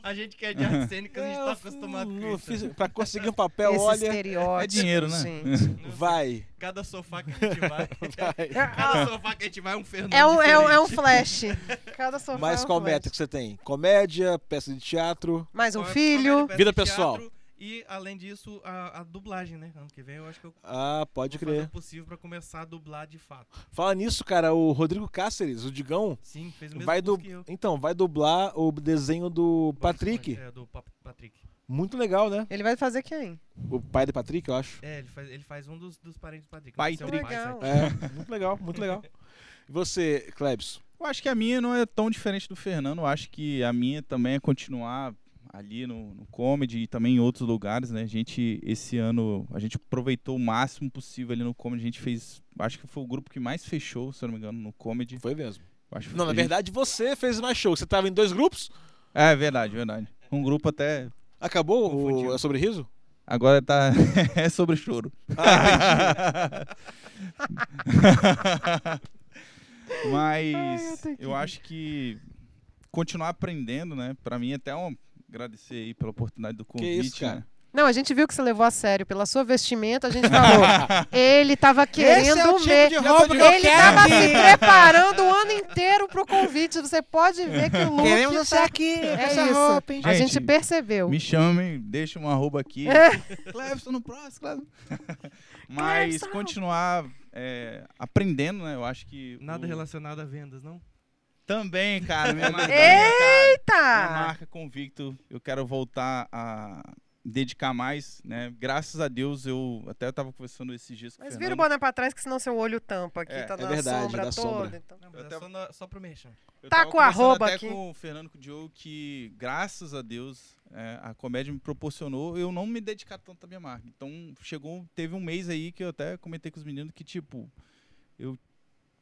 S3: A gente quer de artes cênicas, É a gente
S1: É,
S3: tá
S1: eu fui-
S3: acostumado com
S1: eu
S3: isso. né?
S1: fiz- pra conseguir um papel,
S2: Esse
S1: olha,
S2: estereótipo.
S4: É dinheiro, né?
S2: gente.
S1: um- vai,
S3: Cada sofá que a gente vai.
S1: vai.
S3: cada sofá que a gente vai é um Fernando.
S2: É um, é, um, é um
S3: diferente.
S2: flash. Cada sofá é
S1: Mas
S2: um
S1: qual
S2: flash.
S1: meta que você tem? Comédia, peça de teatro.
S2: Mais um
S3: Então, é
S2: filho.
S3: comédia, peça
S1: Vida
S3: de
S1: pessoal.
S3: teatro E, além disso, a, a dublagem, né? Ano que vem eu acho que eu
S1: Ah, pode
S3: vou fazer
S1: crer.
S3: o possível pra começar a dublar de fato.
S1: Fala nisso, cara, o Rodrigo Cáceres, o Digão,
S3: Sim, fez o mesmo
S1: vai
S3: curso
S1: du...
S3: que eu.
S1: Então, vai dublar o desenho do Patrick.
S3: É, do Pap- Patrick.
S1: Muito legal, né?
S2: Ele vai fazer quem?
S1: O pai do Patrick, eu acho.
S3: É, ele faz, ele faz um dos, dos parentes do Patrick.
S4: Pai
S3: Não sei se é o
S2: Trick. Legal.
S3: pai,
S1: É, muito legal, muito legal. E você, Klebs?
S4: Eu acho que a minha não é tão diferente do Fernando. Eu acho que a minha também é continuar ali no, no comedy e também em outros lugares, né? A gente, esse ano, a gente aproveitou o máximo possível ali no comedy. A gente fez, acho que foi o grupo que mais fechou, se eu não me engano, no comedy.
S1: Foi mesmo.
S4: Eu Acho que
S1: Não, na
S4: a gente-
S1: verdade, você fez mais show. Você tava em dois grupos?
S4: É, verdade, verdade. Um grupo até...
S1: Acabou o
S4: Confundiu.
S1: é sobre riso?
S4: Agora tá... é sobre choro. Mas eu, acho que continuar aprendendo, né? Pra mim até um agradecer aí pela oportunidade do convite.
S1: isso, cara.
S4: né?
S2: Não, a gente viu que você levou a sério. Pela sua vestimenta, a gente falou. ele tava
S4: é
S2: querendo
S4: tipo
S2: me-
S1: roupa
S2: Ele tava se preparando o ano inteiro pro convite. Você pode ver que o Luke tá...
S1: aqui
S2: É isso. A
S4: Gente,
S2: gente percebeu.
S4: Me chamem, deixa um arroba aqui. Clebson no próximo, Clebson. Mas
S2: Clebson!
S4: continuar é, aprendendo, né? Eu acho que.
S3: Nada
S4: o-
S3: relacionado a vendas, não?
S4: Também, tá cara. Minha marca,
S2: Eita!
S4: Ah, minha marca Convicto. Eu quero voltar a dedicar mais, né? Graças a Deus eu até estava conversando esses dias com o
S2: Mas vira o
S4: Fernando.
S2: boné pra trás, que senão seu olho tampa aqui.
S4: É,
S2: tá
S4: é
S2: na
S1: verdade,
S2: sombra
S1: dá
S2: toda.
S1: sombra.
S2: Então.
S5: Não, mas
S4: Eu até-
S5: é só, na, só pro merchan.
S4: Eu
S2: Tá
S4: tava
S2: com o
S4: conversando
S2: arroba
S4: até
S2: aqui.
S4: com o Fernando com o Diogo que, graças a Deus, é, a comédia me proporcionou eu não me dedicar tanto à minha marca. Então, chegou, teve um mês aí que eu até comentei com os meninos que, tipo, eu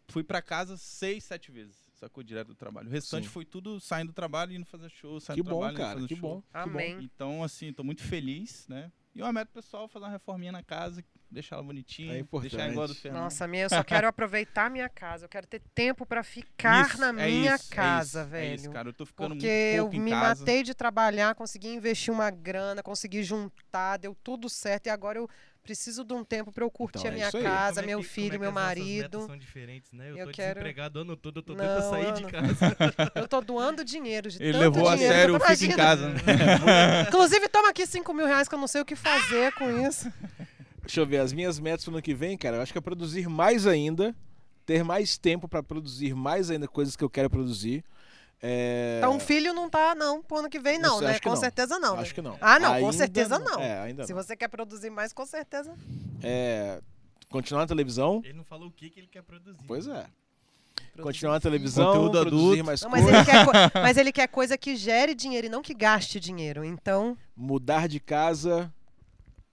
S4: fui pra casa seis, sete vezes, sacou? Direto do trabalho. O restante
S1: Sim.
S4: foi tudo saindo do trabalho, indo fazer show, saindo
S1: Que
S4: do
S1: bom,
S4: Tá trabalho, indo
S1: cara,
S4: fazer
S1: que
S4: show.
S1: bom. que bom.
S2: Amém.
S4: Então, assim, tô muito feliz, né? E uma meta pessoal, fazer uma reforminha na casa, deixar ela bonitinha,
S1: É importante.
S4: deixar igual a do Fernando.
S2: Nossa, minha, eu só quero aproveitar a minha casa. Eu quero ter tempo pra ficar
S4: Isso,
S2: na
S4: é
S2: minha
S4: isso, é
S2: casa,
S4: isso,
S2: velho.
S4: É isso, cara. Eu tô ficando
S2: Porque
S4: muito
S2: eu
S4: pouco em
S2: me
S4: casa.
S2: matei de trabalhar, consegui investir uma grana, consegui juntar, deu tudo certo. E agora eu preciso de um tempo pra eu curtir
S1: Então,
S2: a
S1: é
S2: minha
S1: isso aí.
S2: casa,
S5: Como é
S2: meu
S5: que-
S2: filho,
S5: como é
S2: meu
S5: que as nossas metas
S2: marido.
S5: são diferentes, né? Eu,
S2: Eu
S5: tô
S2: quero-
S5: desempregado o ano todo, eu tô
S2: Não,
S5: tentando sair
S2: Ana.
S5: de casa.
S2: Eu tô doando dinheiro de
S4: Ele
S2: tanto
S4: levou a
S2: dinheiro que
S4: sério
S2: eu
S4: o
S2: tô-
S4: Fica em
S2: Imagina.
S4: Casa. né?
S2: Inclusive, toma aqui 5 mil reais que eu não sei o que fazer com isso.
S1: Deixa eu ver, as minhas metas pro ano que vem, cara, eu acho que é produzir mais ainda, ter mais tempo pra produzir mais ainda coisas que eu quero produzir. É...
S2: Então, um filho não tá, não, pro ano que vem,
S1: Não
S2: não,
S1: sei,
S2: né?
S1: acho que
S2: Com
S1: não.
S2: certeza não. né?
S1: Acho que não.
S2: Ah, não, com
S1: Ainda
S2: certeza não.
S1: É, ainda
S2: Se
S1: não.
S2: você quer produzir mais, com certeza.
S1: É, continuar na televisão?
S5: Ele não falou o que, que ele quer produzir.
S1: Pois é.
S2: Produzir.
S1: Continuar na televisão,
S4: Conteúdo
S1: produzir
S4: adulto.
S1: mais
S2: Não, mas, é-
S1: coisas,
S2: ele quer co- mas ele quer coisa que gere dinheiro e não que gaste dinheiro. Então,
S1: mudar de casa.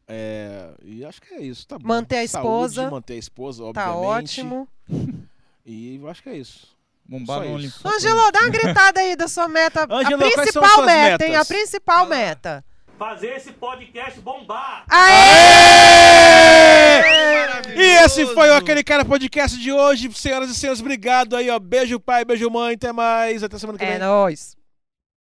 S1: é, e acho que é isso, tá bom.
S2: Manter a
S1: Saúde,
S2: esposa.
S1: manter a esposa, obviamente.
S2: tá ótimo.
S1: E eu acho que é isso.
S4: Bombar
S1: Só
S4: no
S1: isso.
S4: OnlyFans.
S2: Angelo, dá uma gritada aí da sua meta.
S1: Ângelo,
S2: a
S1: quais são
S2: principal
S1: suas
S2: meta, hein? A
S1: metas?
S2: principal meta.
S6: fazer esse podcast bombar.
S2: Aê!
S1: E esse foi o
S3: Maravilhoso.
S1: Aquele Cara Podcast de hoje. Senhoras e senhores, obrigado aí, ó. Beijo, pai, beijo, mãe. Até mais. Até semana que
S2: É
S1: vem.
S2: nóis.